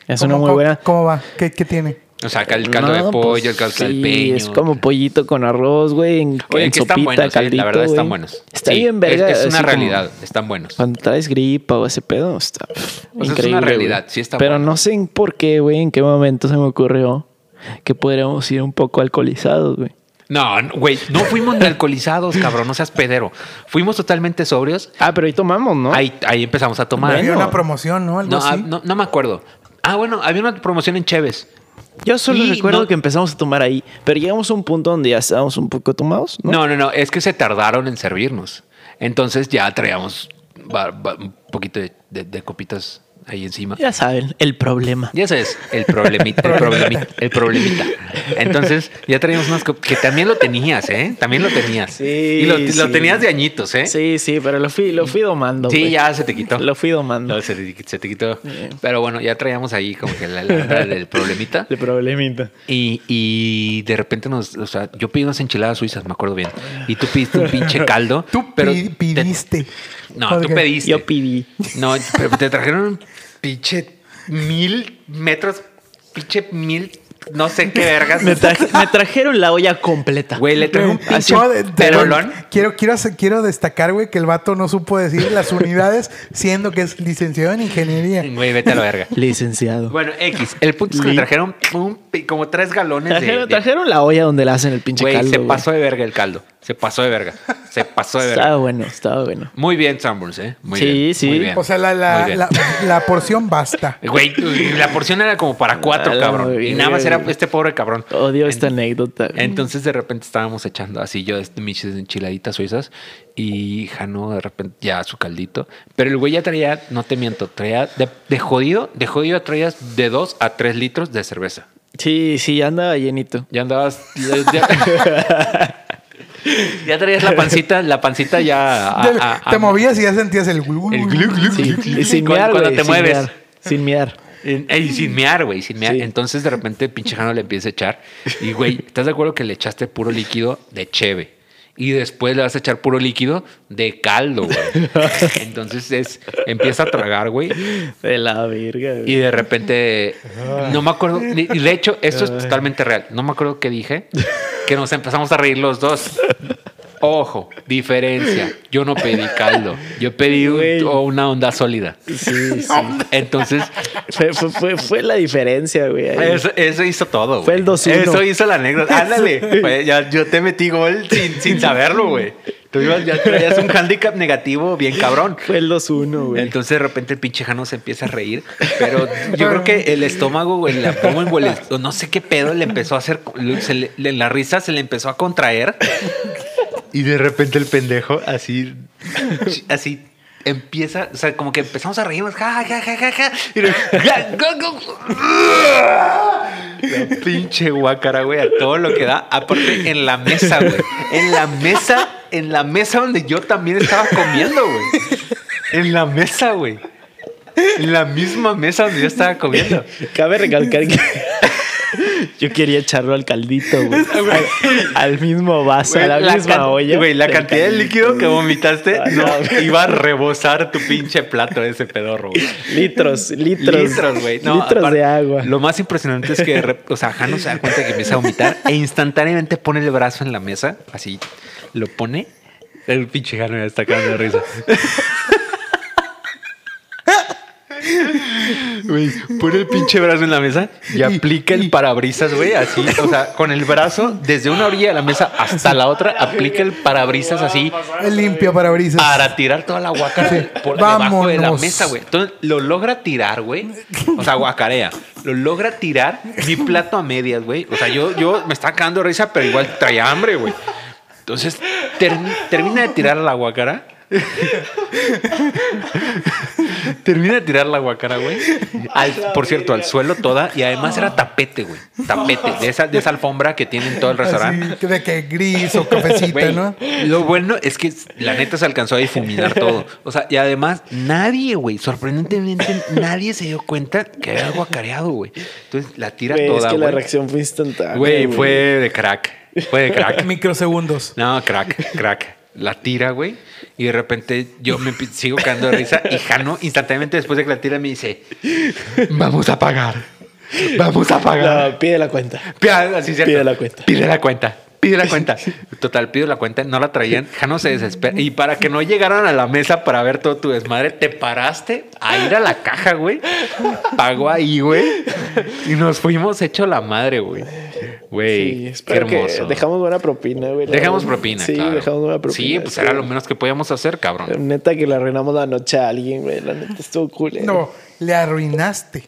Speaker 5: Es una
Speaker 4: ¿Cómo-
Speaker 5: muy
Speaker 4: cómo-
Speaker 5: buena.
Speaker 4: ¿Cómo va? ¿Qué, qué tiene?
Speaker 3: O sea, acá el caldo
Speaker 5: No,
Speaker 3: de pollo,
Speaker 5: pues,
Speaker 3: el caldo
Speaker 5: sí,
Speaker 3: alpeño.
Speaker 5: Es como pollito con arroz, güey. En,
Speaker 3: Oye,
Speaker 5: en
Speaker 3: que están
Speaker 5: sopita,
Speaker 3: buenos, eh,
Speaker 5: caldito,
Speaker 3: la verdad
Speaker 5: güey.
Speaker 3: están buenos.
Speaker 5: Está
Speaker 3: Sí,
Speaker 5: bien
Speaker 3: es-
Speaker 5: verga.
Speaker 3: Es, una
Speaker 5: así como
Speaker 3: realidad, están buenos.
Speaker 5: Cuando traes gripa o ese pedo, está pff,
Speaker 3: es una
Speaker 5: increíble.
Speaker 3: realidad,
Speaker 5: güey.
Speaker 3: sí está
Speaker 5: Pero
Speaker 3: bueno.
Speaker 5: no sé en por qué, güey, en qué momento se me ocurrió que podríamos ir un poco alcoholizados, güey.
Speaker 3: No, no, güey, no fuimos ni alcoholizados, cabrón, no seas pedero. Fuimos totalmente sobrios.
Speaker 5: Ah, pero ahí tomamos, ¿no?
Speaker 3: Ahí, ahí empezamos a tomar.
Speaker 4: Había
Speaker 5: Bueno.
Speaker 4: una promoción, ¿no? Algo
Speaker 3: No, ah,
Speaker 4: así.
Speaker 3: no, no me acuerdo. Ah, bueno, había una promoción en Cheves.
Speaker 5: Yo solo
Speaker 3: Y
Speaker 5: recuerdo
Speaker 3: no-
Speaker 5: que empezamos a tomar ahí, pero llegamos a un punto donde ya estábamos un poco tomados, ¿no?
Speaker 3: No, no, no, es que se tardaron en servirnos. Entonces ya traíamos ba- ba- un poquito de, de- de copitas ahí encima.
Speaker 5: Ya saben, el problema.
Speaker 3: Y ese es el problemita, el problemita, el problemita. Entonces ya traíamos unas copitas, que también lo tenías, ¿eh? También lo tenías.
Speaker 5: Sí,
Speaker 3: y lo, lo
Speaker 5: sí.
Speaker 3: tenías de añitos, ¿eh? Sí,
Speaker 5: Sí, sí, pero lo fui, lo fui domando. güey.
Speaker 3: ya se te quitó.
Speaker 5: Lo fui domando.
Speaker 3: No, se, te, se te quitó. Pero bueno, ya traíamos ahí como que la, la, la del problemita.
Speaker 5: El problemita.
Speaker 3: Y, y de repente nos, o sea, yo pedí unas enchiladas suizas, me acuerdo bien. Y tú pidiste un pinche caldo.
Speaker 4: Tú
Speaker 3: pero
Speaker 4: pi-
Speaker 3: te-
Speaker 4: pidiste.
Speaker 3: no,
Speaker 4: Porque-
Speaker 3: tú pediste.
Speaker 5: Yo pidí.
Speaker 3: no, pero te trajeron un pinche mil metros, pinche mil, no sé qué vergas.
Speaker 5: Me, traje- me trajeron la olla completa.
Speaker 3: Güey, le trajeron un
Speaker 4: Güey,
Speaker 3: pinche
Speaker 4: no, de- de-
Speaker 3: perolón.
Speaker 4: Quiero, quiero, hacer- quiero destacar, güey, que el vato no supo decir las unidades, siendo que es licenciado en ingeniería.
Speaker 3: Güey, vete a la verga.
Speaker 5: Licenciado.
Speaker 3: Bueno, X. El punto es que me
Speaker 5: Li-
Speaker 3: trajeron un pi- como tres galones de-
Speaker 5: Trajeron,
Speaker 3: de,
Speaker 5: trajeron la olla donde le hacen el pinche
Speaker 3: Güey,
Speaker 5: caldo.
Speaker 3: se
Speaker 5: güey.
Speaker 3: pasó de verga el caldo. Se pasó de verga. Se pasó de
Speaker 5: Estaba
Speaker 3: verdad.
Speaker 5: bueno, estaba bueno.
Speaker 3: Muy bien, Sanborns, ¿eh? Muy
Speaker 5: Sí,
Speaker 3: bien.
Speaker 5: sí.
Speaker 3: Muy bien.
Speaker 4: O sea, la, la-
Speaker 3: Muy bien.
Speaker 4: la- la porción basta.
Speaker 3: Güey, la porción era como para cuatro,
Speaker 5: A la
Speaker 3: cabrón. Y nada más era este pobre cabrón.
Speaker 5: Ah, Odio este
Speaker 3: En-
Speaker 5: esta anécdota. güey.
Speaker 3: Entonces de repente estábamos echando así yo este, mis enchiladitas suizas y Jano de repente ya su caldito. Pero el güey ya traía, no te miento, traía de, de jodido, de jodido traías de 2 a 3 litros de cerveza.
Speaker 5: Sí, sí, ya andaba llenito.
Speaker 3: Ya andabas... Ya, ya traías la pancita, la pancita ya... a-
Speaker 4: Del-
Speaker 3: a-
Speaker 4: te
Speaker 3: a-
Speaker 4: movías y ya sentías el glu,
Speaker 3: El
Speaker 4: glu,
Speaker 3: glu, glu,
Speaker 5: Oh, Sí.
Speaker 3: glu, glu.
Speaker 5: Y sin
Speaker 3: Cuando-
Speaker 5: miar,
Speaker 3: cuando
Speaker 5: güey,
Speaker 3: te
Speaker 5: sin
Speaker 3: mueves.
Speaker 5: miar, sin miar.
Speaker 3: Y sin mear, güey, sin mear.
Speaker 5: Sí.
Speaker 3: Entonces de repente el pinche Jano le empieza a echar. Y, güey, ¿estás de acuerdo que le echaste puro líquido de cheve? Y después le vas a echar puro líquido de caldo, güey. Entonces es, empieza a tragar, güey.
Speaker 5: De la verga, güey.
Speaker 3: Y de repente, no me acuerdo. ni- Y de hecho, esto es totalmente real. No me acuerdo qué dije. Que nos empezamos a reír los dos. Ojo, diferencia. Yo no pedí caldo. Yo pedí un-
Speaker 5: Güey.
Speaker 3: una onda sólida.
Speaker 5: Sí, sí.
Speaker 3: Entonces,
Speaker 5: Fue, fue- fue- fue la diferencia, güey. ahí.
Speaker 3: Eso, eso hizo todo, güey.
Speaker 5: Fue el 2-1.
Speaker 3: Eso hizo la anécdota. Ándale. güey, ya, yo te metí gol sin, sin saberlo, güey. Tú ibas, ya traías un handicap negativo bien cabrón.
Speaker 5: Fue el 2-1, güey.
Speaker 3: Entonces de repente el pinche Jano se empieza a reír, pero yo creo que el estómago, güey, el abdomen, güey, el est- no sé qué pedo le empezó a hacer, se le- le- la risa se le empezó a contraer y de repente el pendejo así, así empieza, o sea, como que empezamos a reírnos, ja, ja, ja, ja, ja, y luego, ya, go, go. La pinche guácara, güey, a todo lo que da, aparte en la mesa, güey, en la mesa, en la mesa donde yo también estaba comiendo, güey. En la mesa, güey. En la misma mesa donde yo estaba comiendo.
Speaker 5: Cabe recalcar que yo quería echarlo al caldito, güey. Al, al mismo vaso, a la, misma
Speaker 3: can-
Speaker 5: olla.
Speaker 3: güey, la
Speaker 5: del
Speaker 3: cantidad de
Speaker 5: caldito.
Speaker 3: líquido que vomitaste
Speaker 5: Ah,
Speaker 3: no,
Speaker 5: no, güey.
Speaker 3: iba a rebosar tu pinche plato de ese pedorro, güey.
Speaker 5: Litros, litros.
Speaker 3: Litros, güey. No,
Speaker 5: litros
Speaker 3: aparte,
Speaker 5: de agua.
Speaker 3: Lo más impresionante es que, de rep- o sea, Jano se da cuenta que empieza a vomitar e instantáneamente pone el brazo en la mesa, así, lo pone. El pinche Jano ya está cagando de risa. Güey, pone el pinche brazo en la mesa y aplica el parabrisas, güey, así, o sea, con el brazo desde una orilla de la mesa hasta la otra, aplica el parabrisas así
Speaker 4: el limpio parabrisas.
Speaker 3: para tirar toda la guacara por debajo de la
Speaker 4: Vámonos.
Speaker 3: mesa, güey. Entonces lo logra tirar, güey. O sea, guacarea. Lo logra tirar mi plato a medias, güey. O sea, yo, yo me estaba cagando de risa, pero igual traía hambre, güey. Entonces termi- termina de tirar la guacara. Termina de tirar la guacara, güey. Al- por cierto, al suelo toda. Y además era tapete, güey. Tapete. De esa, de esa alfombra que tiene en todo el restaurante.
Speaker 4: Así, de que gris o cafecita,
Speaker 3: Güey,
Speaker 4: Pues ¿no?
Speaker 3: Lo bueno es que la neta se alcanzó a difuminar todo. O sea, y además, nadie, güey, sorprendentemente, nadie se dio cuenta que había algo acareado, güey. Entonces la tira
Speaker 5: Güey, es
Speaker 3: toda.
Speaker 5: que la
Speaker 3: güey.
Speaker 5: reacción fue instantánea.
Speaker 3: Güey, fue de crack. Fue de crack.
Speaker 4: Microsegundos.
Speaker 3: No, crack, crack. La tira, güey. Y de repente yo me pi- sigo cagando de risa. Y Jano, instantáneamente después de que la tira, me dice: Vamos a pagar. Vamos a pagar.
Speaker 5: No, pide la cuenta.
Speaker 3: Pide, así, ¿cierto?
Speaker 5: Pide la cuenta.
Speaker 3: Pide la cuenta. Pide la cuenta. Total, pido la cuenta. No la traían. Jano se desespera. Y para que no llegaran a la mesa para ver todo tu desmadre, te paraste a ir a la caja, güey. Pagó ahí, güey. Y nos fuimos hecho la madre, güey.
Speaker 5: Sí,
Speaker 3: Güey, qué
Speaker 5: espero que
Speaker 3: hermoso.
Speaker 5: dejamos buena propina, güey. la
Speaker 3: Dejamos
Speaker 5: verdad.
Speaker 3: propina,
Speaker 5: Sí,
Speaker 3: claro.
Speaker 5: dejamos buena propina. Em,
Speaker 3: Sí, pues era lo menos que podíamos hacer, cabrón.
Speaker 5: Neta que le arruinamos la noche a alguien, güey. La neta estuvo cool.
Speaker 4: No, le arruinaste.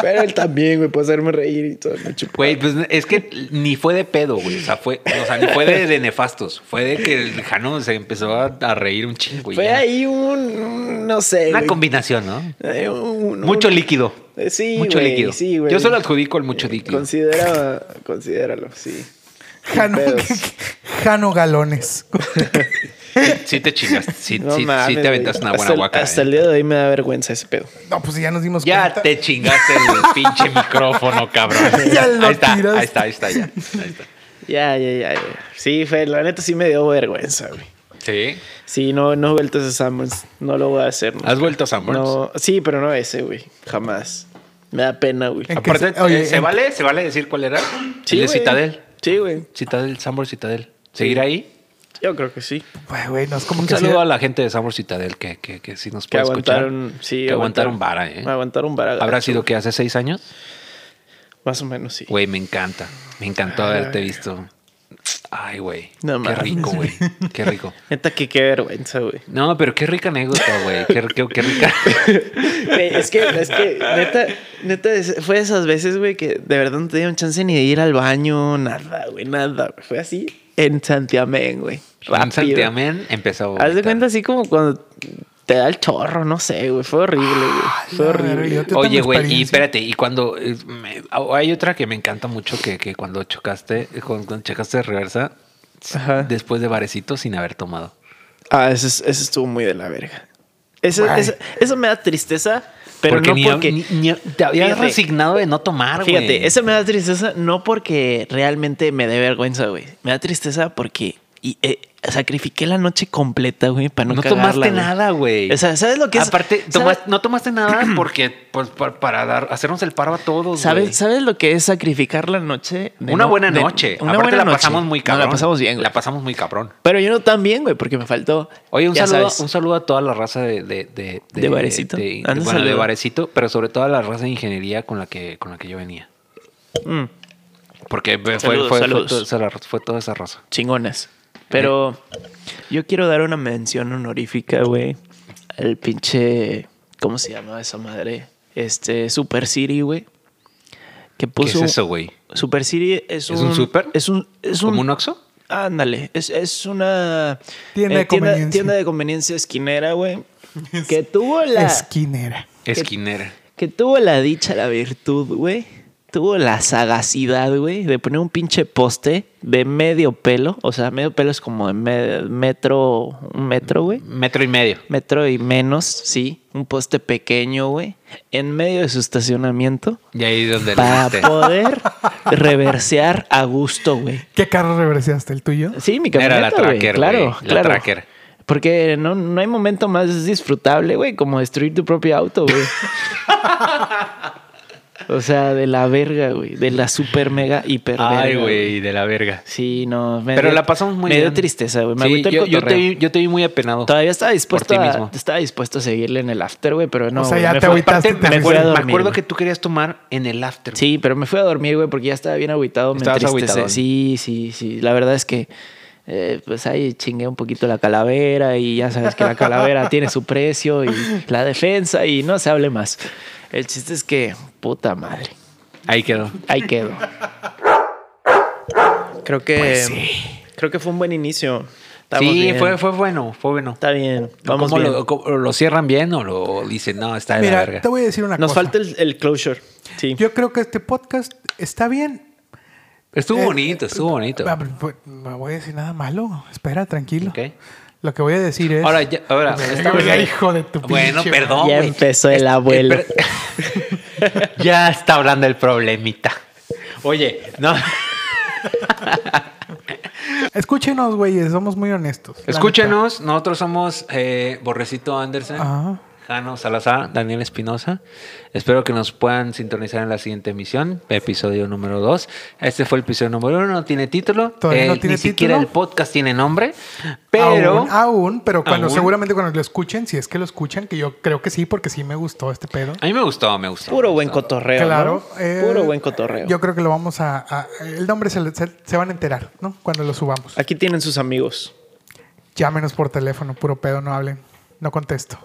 Speaker 5: pero él también, güey, puede hacerme reír y todo. Me chupó.
Speaker 3: Güey, pues es que ni fue de pedo, güey. O sea, fue, o sea, ni fue de, de nefastos. Fue de que el Jano se empezó a, a reír un chingo. y
Speaker 5: Fue
Speaker 3: ya.
Speaker 5: ahí un, un- no sé,
Speaker 3: Una
Speaker 5: güey.
Speaker 3: combinación, ¿no?
Speaker 5: Eh, un-
Speaker 3: Mucho
Speaker 5: un-
Speaker 3: líquido.
Speaker 5: Eh, Sí,
Speaker 3: mucho
Speaker 5: güey,
Speaker 3: líquido.
Speaker 5: sí, güey. Eh,
Speaker 3: Yo solo adjudico el mucho líquido.
Speaker 5: Considera, considéralo, sí.
Speaker 4: Jano,
Speaker 5: Pedos.
Speaker 4: Jano Galones.
Speaker 3: Sí te chingaste. Sí,
Speaker 5: No
Speaker 3: sí,
Speaker 5: mames,
Speaker 3: sí te
Speaker 5: güey.
Speaker 3: aventaste una buena
Speaker 5: hasta el,
Speaker 3: guaca.
Speaker 5: Hasta
Speaker 3: eh.
Speaker 5: el día de hoy me da vergüenza ese pedo.
Speaker 4: No, pues ya nos dimos
Speaker 3: Ya
Speaker 4: cuenta.
Speaker 3: te chingaste el pinche micrófono, cabrón.
Speaker 4: Ya lo
Speaker 3: ahí está,
Speaker 4: tiraste.
Speaker 3: ahí está, ahí está, ya. Ahí está.
Speaker 5: Ya, ya, ya, ya. Sí, fue, la neta sí me dio vergüenza, güey.
Speaker 3: Sí.
Speaker 5: Sí, no, no vueltas a Sanborns. No lo voy a hacer. nunca.
Speaker 3: ¿Has vuelto a Sanborns?
Speaker 5: No, sí, pero no ese, güey. Jamás. Me da pena, güey.
Speaker 4: ¿En qué
Speaker 3: Aparte,
Speaker 4: se- oye,
Speaker 3: eh, ¿se
Speaker 4: en-
Speaker 3: vale? ¿Se vale decir cuál era?
Speaker 5: Sí,
Speaker 3: el de
Speaker 5: güey.
Speaker 3: Citadel.
Speaker 5: Sí, güey.
Speaker 3: Citadel, Sambor Citadel. ¿Seguir ahí?
Speaker 5: Yo creo que sí.
Speaker 4: Güey, güey, no es como
Speaker 3: Un
Speaker 4: que
Speaker 3: saludo
Speaker 4: sea-
Speaker 3: a la gente de Sambor Citadel que, que, que sí nos
Speaker 5: Que
Speaker 3: puede escuchar.
Speaker 5: aguantaron, sí.
Speaker 3: que aguantaron vara, ¿eh?
Speaker 5: Aguantaron vara.
Speaker 3: ¿Habrá
Speaker 5: gacho.
Speaker 3: sido que hace seis años?
Speaker 5: Más o menos, sí.
Speaker 3: Güey, me encanta. Me encantó haberte visto. Ay, güey.
Speaker 5: No
Speaker 3: qué
Speaker 5: mames.
Speaker 3: rico, güey. Qué rico.
Speaker 5: Neta, que qué vergüenza, güey.
Speaker 3: No, pero qué rica anécdota, güey. Qué, qué- qué rica.
Speaker 5: Güey, Es que, es que, neta, neta, es- fue de esas veces, güey, que de verdad no te dieron chance ni de ir al baño, nada, güey, nada. güey. Fue así en Santiamén, güey.
Speaker 3: En
Speaker 5: Rápido.
Speaker 3: Santiamén empezó. a
Speaker 5: Haz de
Speaker 3: vomitar.
Speaker 5: cuenta así como cuando te da el chorro, no sé, güey. Fue horrible,
Speaker 3: Ah,
Speaker 5: güey. Fue
Speaker 4: la
Speaker 5: horrible.
Speaker 4: verga, yo te-
Speaker 3: Oye,
Speaker 4: tengo
Speaker 3: güey, y
Speaker 4: experiencia.
Speaker 3: espérate, y cuando. eh, me- hay otra que me encanta mucho que, que cuando chocaste, cuando, cuando chocaste de reversa,
Speaker 5: Ajá.
Speaker 3: después de barecito sin haber tomado.
Speaker 5: Ah, eso, es- eso estuvo muy de la verga. Eso,
Speaker 4: Güey.
Speaker 5: eso, eso me da tristeza, pero
Speaker 3: Porque
Speaker 5: no
Speaker 3: ni-
Speaker 5: porque...
Speaker 3: ni- ni- te habías
Speaker 5: Fíjate.
Speaker 3: resignado de no tomar, güey.
Speaker 5: Fíjate, eso me da tristeza no porque realmente me dé vergüenza, güey. Me da tristeza porque y, eh, sacrifiqué la noche completa, güey, para no
Speaker 3: No
Speaker 5: cagarla,
Speaker 3: tomaste nada, güey.
Speaker 5: O sea, ¿sabes lo que es?
Speaker 3: Aparte,
Speaker 5: ¿sabes-
Speaker 3: tomas- no tomaste nada porque pues, pa- para dar, hacernos el paro a todos. güey.
Speaker 5: ¿Sabes, ¿Sabes lo que es sacrificar la noche? de
Speaker 3: Una
Speaker 5: no-
Speaker 3: buena
Speaker 5: de-
Speaker 3: noche.
Speaker 5: Una
Speaker 3: Aparte
Speaker 5: buena
Speaker 3: la
Speaker 5: noche.
Speaker 3: pasamos muy
Speaker 5: No,
Speaker 3: cabrón.
Speaker 5: la pasamos bien, güey.
Speaker 3: La pasamos muy cabrón.
Speaker 5: Pero yo no tan bien, güey, porque me faltó.
Speaker 3: Oye, un
Speaker 5: ya
Speaker 3: saludo,
Speaker 5: sabes.
Speaker 3: un saludo a toda la raza de... De, de, Ah,
Speaker 5: De Varecito.
Speaker 3: de-
Speaker 5: Anda,
Speaker 3: bueno, de
Speaker 5: saludo.
Speaker 3: Varecito, pero sobre todo a la raza de ingeniería con la que, con la que yo venía.
Speaker 5: Mm,
Speaker 3: Porque fue,
Speaker 5: Saludos,
Speaker 3: fue, fue,
Speaker 5: saludos.
Speaker 3: todo- esa- fue toda esa raza.
Speaker 5: chingones. Pero yo quiero dar una mención honorífica, güey. Al pinche. ¿Cómo se llama esa madre? Este, Super City, güey. Que
Speaker 3: ¿Qué
Speaker 5: puso.
Speaker 3: es eso, güey?
Speaker 5: Super City es un.
Speaker 3: ¿Es un súper?
Speaker 5: Es un. Es un
Speaker 3: ¿Como un Oxxo?
Speaker 5: Ándale, es, es una eh,
Speaker 4: Tienda de
Speaker 5: tienda,
Speaker 4: conveniencia.
Speaker 5: tienda de conveniencia esquinera, güey. Que tuvo la.
Speaker 4: Esquinera.
Speaker 3: Esquinera.
Speaker 5: Que tuvo la dicha, la virtud, güey. Tuvo la sagacidad, güey, de poner un pinche poste de medio pelo. O sea, medio pelo es como de me- metro, un metro, güey.
Speaker 3: Metro y medio.
Speaker 5: Metro y menos, sí. Un poste pequeño, güey. En medio de su estacionamiento.
Speaker 3: Y ahí es donde
Speaker 5: Para
Speaker 3: le diste.
Speaker 5: poder reversear a gusto, güey.
Speaker 4: ¿Qué carro reversaste? ¿El tuyo?
Speaker 5: Sí, mi
Speaker 3: Era
Speaker 5: camioneta,
Speaker 3: la
Speaker 5: güey,
Speaker 3: Tracker,
Speaker 5: claro,
Speaker 3: güey, la
Speaker 5: claro.
Speaker 3: Tracker.
Speaker 5: Porque no, no hay momento más disfrutable, güey, como destruir tu propio auto, güey. o sea, de la verga, güey. De la super mega hiper
Speaker 3: Ay,
Speaker 5: verga,
Speaker 3: güey, de la verga.
Speaker 5: Sí, no. me
Speaker 3: Pero
Speaker 5: dio-
Speaker 3: la pasamos muy
Speaker 5: me
Speaker 3: bien.
Speaker 5: dio tristeza, güey. Me
Speaker 3: Sí,
Speaker 5: agüitó el
Speaker 3: yo, yo te
Speaker 5: cotorreo.
Speaker 3: vi, yo te vi muy apenado.
Speaker 5: Todavía estaba dispuesto,
Speaker 3: ti
Speaker 5: a,
Speaker 3: mismo.
Speaker 5: estaba dispuesto a seguirle en el after, güey, pero no.
Speaker 4: o sea,
Speaker 5: güey,
Speaker 4: ya
Speaker 5: me
Speaker 4: te
Speaker 5: fue-
Speaker 4: agüitaste.
Speaker 3: Aparte,
Speaker 4: te
Speaker 3: me
Speaker 5: fui
Speaker 4: agüitaste.
Speaker 3: acuerdo,
Speaker 5: a
Speaker 3: me
Speaker 5: dormir,
Speaker 3: acuerdo
Speaker 5: güey.
Speaker 3: que tú querías tomar en el after.
Speaker 5: Sí, pero me fui a dormir, güey, porque ya estaba bien agüitado. Me
Speaker 3: Estabas
Speaker 5: entristece.
Speaker 3: agüitadón.
Speaker 5: Sí, sí, sí. La verdad es que, eh, pues ahí chingué un poquito la calavera y ya sabes que la calavera tiene su precio y la defensa y no se hable más. El chiste es que, puta madre,
Speaker 3: Ahí quedó.
Speaker 5: ahí quedó. Pues Creo que, creo que fue un buen inicio. Estamos
Speaker 3: sí,
Speaker 5: bien.
Speaker 3: fue, fue bueno, fue bueno.
Speaker 5: Está bien, vamos
Speaker 3: ¿Cómo
Speaker 5: bien.
Speaker 3: Lo, cómo- lo cierran bien o lo o dicen, no, está de la
Speaker 4: Mira,
Speaker 3: verga?
Speaker 4: te voy a decir una
Speaker 5: Nos
Speaker 4: cosa.
Speaker 5: falta el, el closure. Sí.
Speaker 4: Yo creo que este podcast está bien.
Speaker 3: Estuvo
Speaker 4: Eh,
Speaker 3: bonito, estuvo bonito.
Speaker 4: Ah, pues, No voy a decir nada malo. Espera, tranquilo.
Speaker 3: Ok.
Speaker 4: Lo que voy a decir es.
Speaker 3: Ahora, ya- ahora estamos-
Speaker 4: Oiga, hijo de tu
Speaker 3: Bueno,
Speaker 4: pinche
Speaker 3: perdón.
Speaker 5: ya
Speaker 3: güey.
Speaker 5: empezó el abuelo.
Speaker 3: Eh, pero- ya está hablando el problemita. Oye, no.
Speaker 4: Escúchenos, güeyes. Somos muy honestos. la
Speaker 3: Escúchenos, nosotros somos eh, Borrecito Anderson,
Speaker 4: Ajá.
Speaker 3: Jano Salazar, Daniel Espinosa. Espero que nos puedan sintonizar en la siguiente emisión, episodio número 2. Este fue el episodio número 1, no tiene título.
Speaker 4: Todavía no
Speaker 3: Eh,
Speaker 4: tiene
Speaker 3: ni siquiera el
Speaker 4: título.
Speaker 3: podcast tiene nombre, pero...
Speaker 4: Aún, ah. aún, pero cuando
Speaker 3: Aún.
Speaker 4: seguramente cuando lo escuchen, si es que lo escuchan, que yo creo que sí, porque sí me gustó este pedo.
Speaker 3: A mí me gustó, me gustó.
Speaker 5: Puro
Speaker 3: me
Speaker 5: buen
Speaker 3: gustó.
Speaker 5: cotorreo.
Speaker 4: claro.
Speaker 5: ¿no?
Speaker 4: eh,
Speaker 5: Puro buen cotorreo.
Speaker 4: Yo creo que lo vamos a. a- el nombre se, le- se- se van a enterar, ¿no? Cuando lo subamos.
Speaker 5: Aquí tienen sus amigos.
Speaker 4: Llámenos por teléfono, puro pedo, no hablen. No contesto.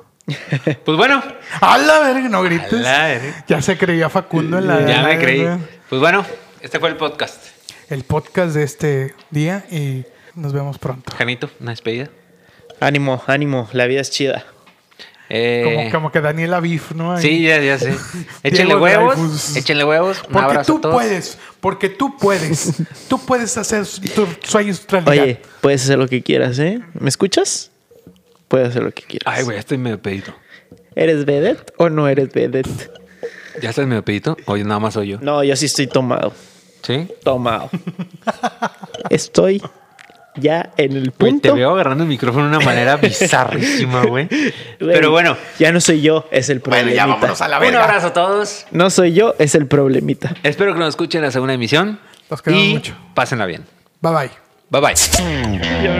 Speaker 3: Pues bueno,
Speaker 4: ¡A la verga! No grites.
Speaker 3: A la verga.
Speaker 4: Ya se creía Facundo en la.
Speaker 3: ya me
Speaker 4: la-
Speaker 3: creí. Pues bueno, este fue el podcast.
Speaker 4: El podcast de este día y nos vemos pronto.
Speaker 3: Janito, una despedida.
Speaker 5: Ánimo, ánimo, la vida es chida.
Speaker 3: Eh,
Speaker 4: Como, como que Daniela Biff, ¿no? Ahí.
Speaker 3: Sí, ya, ya sé. Échenle
Speaker 4: Diego
Speaker 3: huevos.
Speaker 4: Dreyfus.
Speaker 3: Échenle huevos. Un
Speaker 4: Porque
Speaker 3: abrazo
Speaker 4: tú
Speaker 3: a todos.
Speaker 4: puedes, porque tú puedes. tú puedes hacer tus sueños realidad.
Speaker 5: Oye, puedes hacer lo que quieras, ¿eh? ¿Me escuchas? Puedes hacer lo que quieras.
Speaker 3: Ay, güey, ya estoy medio pedito.
Speaker 5: ¿Eres vedette o no eres vedette?
Speaker 3: ¿Ya estás medio pedito? Oye, nada más soy yo.
Speaker 5: No, yo sí estoy tomado.
Speaker 3: ¿Sí?
Speaker 5: Tomado. estoy ya en el punto.
Speaker 3: Güey, te veo agarrando el micrófono de una manera bizarrísima, güey.
Speaker 5: Güey,
Speaker 3: Pero bueno.
Speaker 5: Ya no soy yo, es el
Speaker 4: Bueno, ya
Speaker 5: problemita.
Speaker 4: vámonos a la
Speaker 3: Un
Speaker 4: verga.
Speaker 3: abrazo a todos.
Speaker 5: No soy yo, es el problemita.
Speaker 3: Espero que nos escuchen la segunda emisión.
Speaker 4: Los queremos
Speaker 3: y
Speaker 4: mucho.
Speaker 3: Pásenla bien.
Speaker 4: Bye bye.
Speaker 3: Bye bye. Nah.
Speaker 2: ya, güey.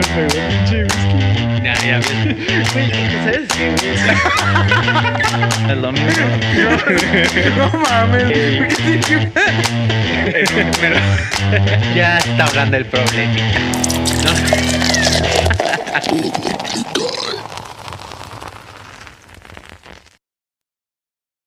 Speaker 2: Güey, ¿sabes qué, güey? Es lo mismo.
Speaker 4: No mames.
Speaker 2: Ey.
Speaker 4: ¿qué tiene que ver?
Speaker 2: Ya está hablando el problema.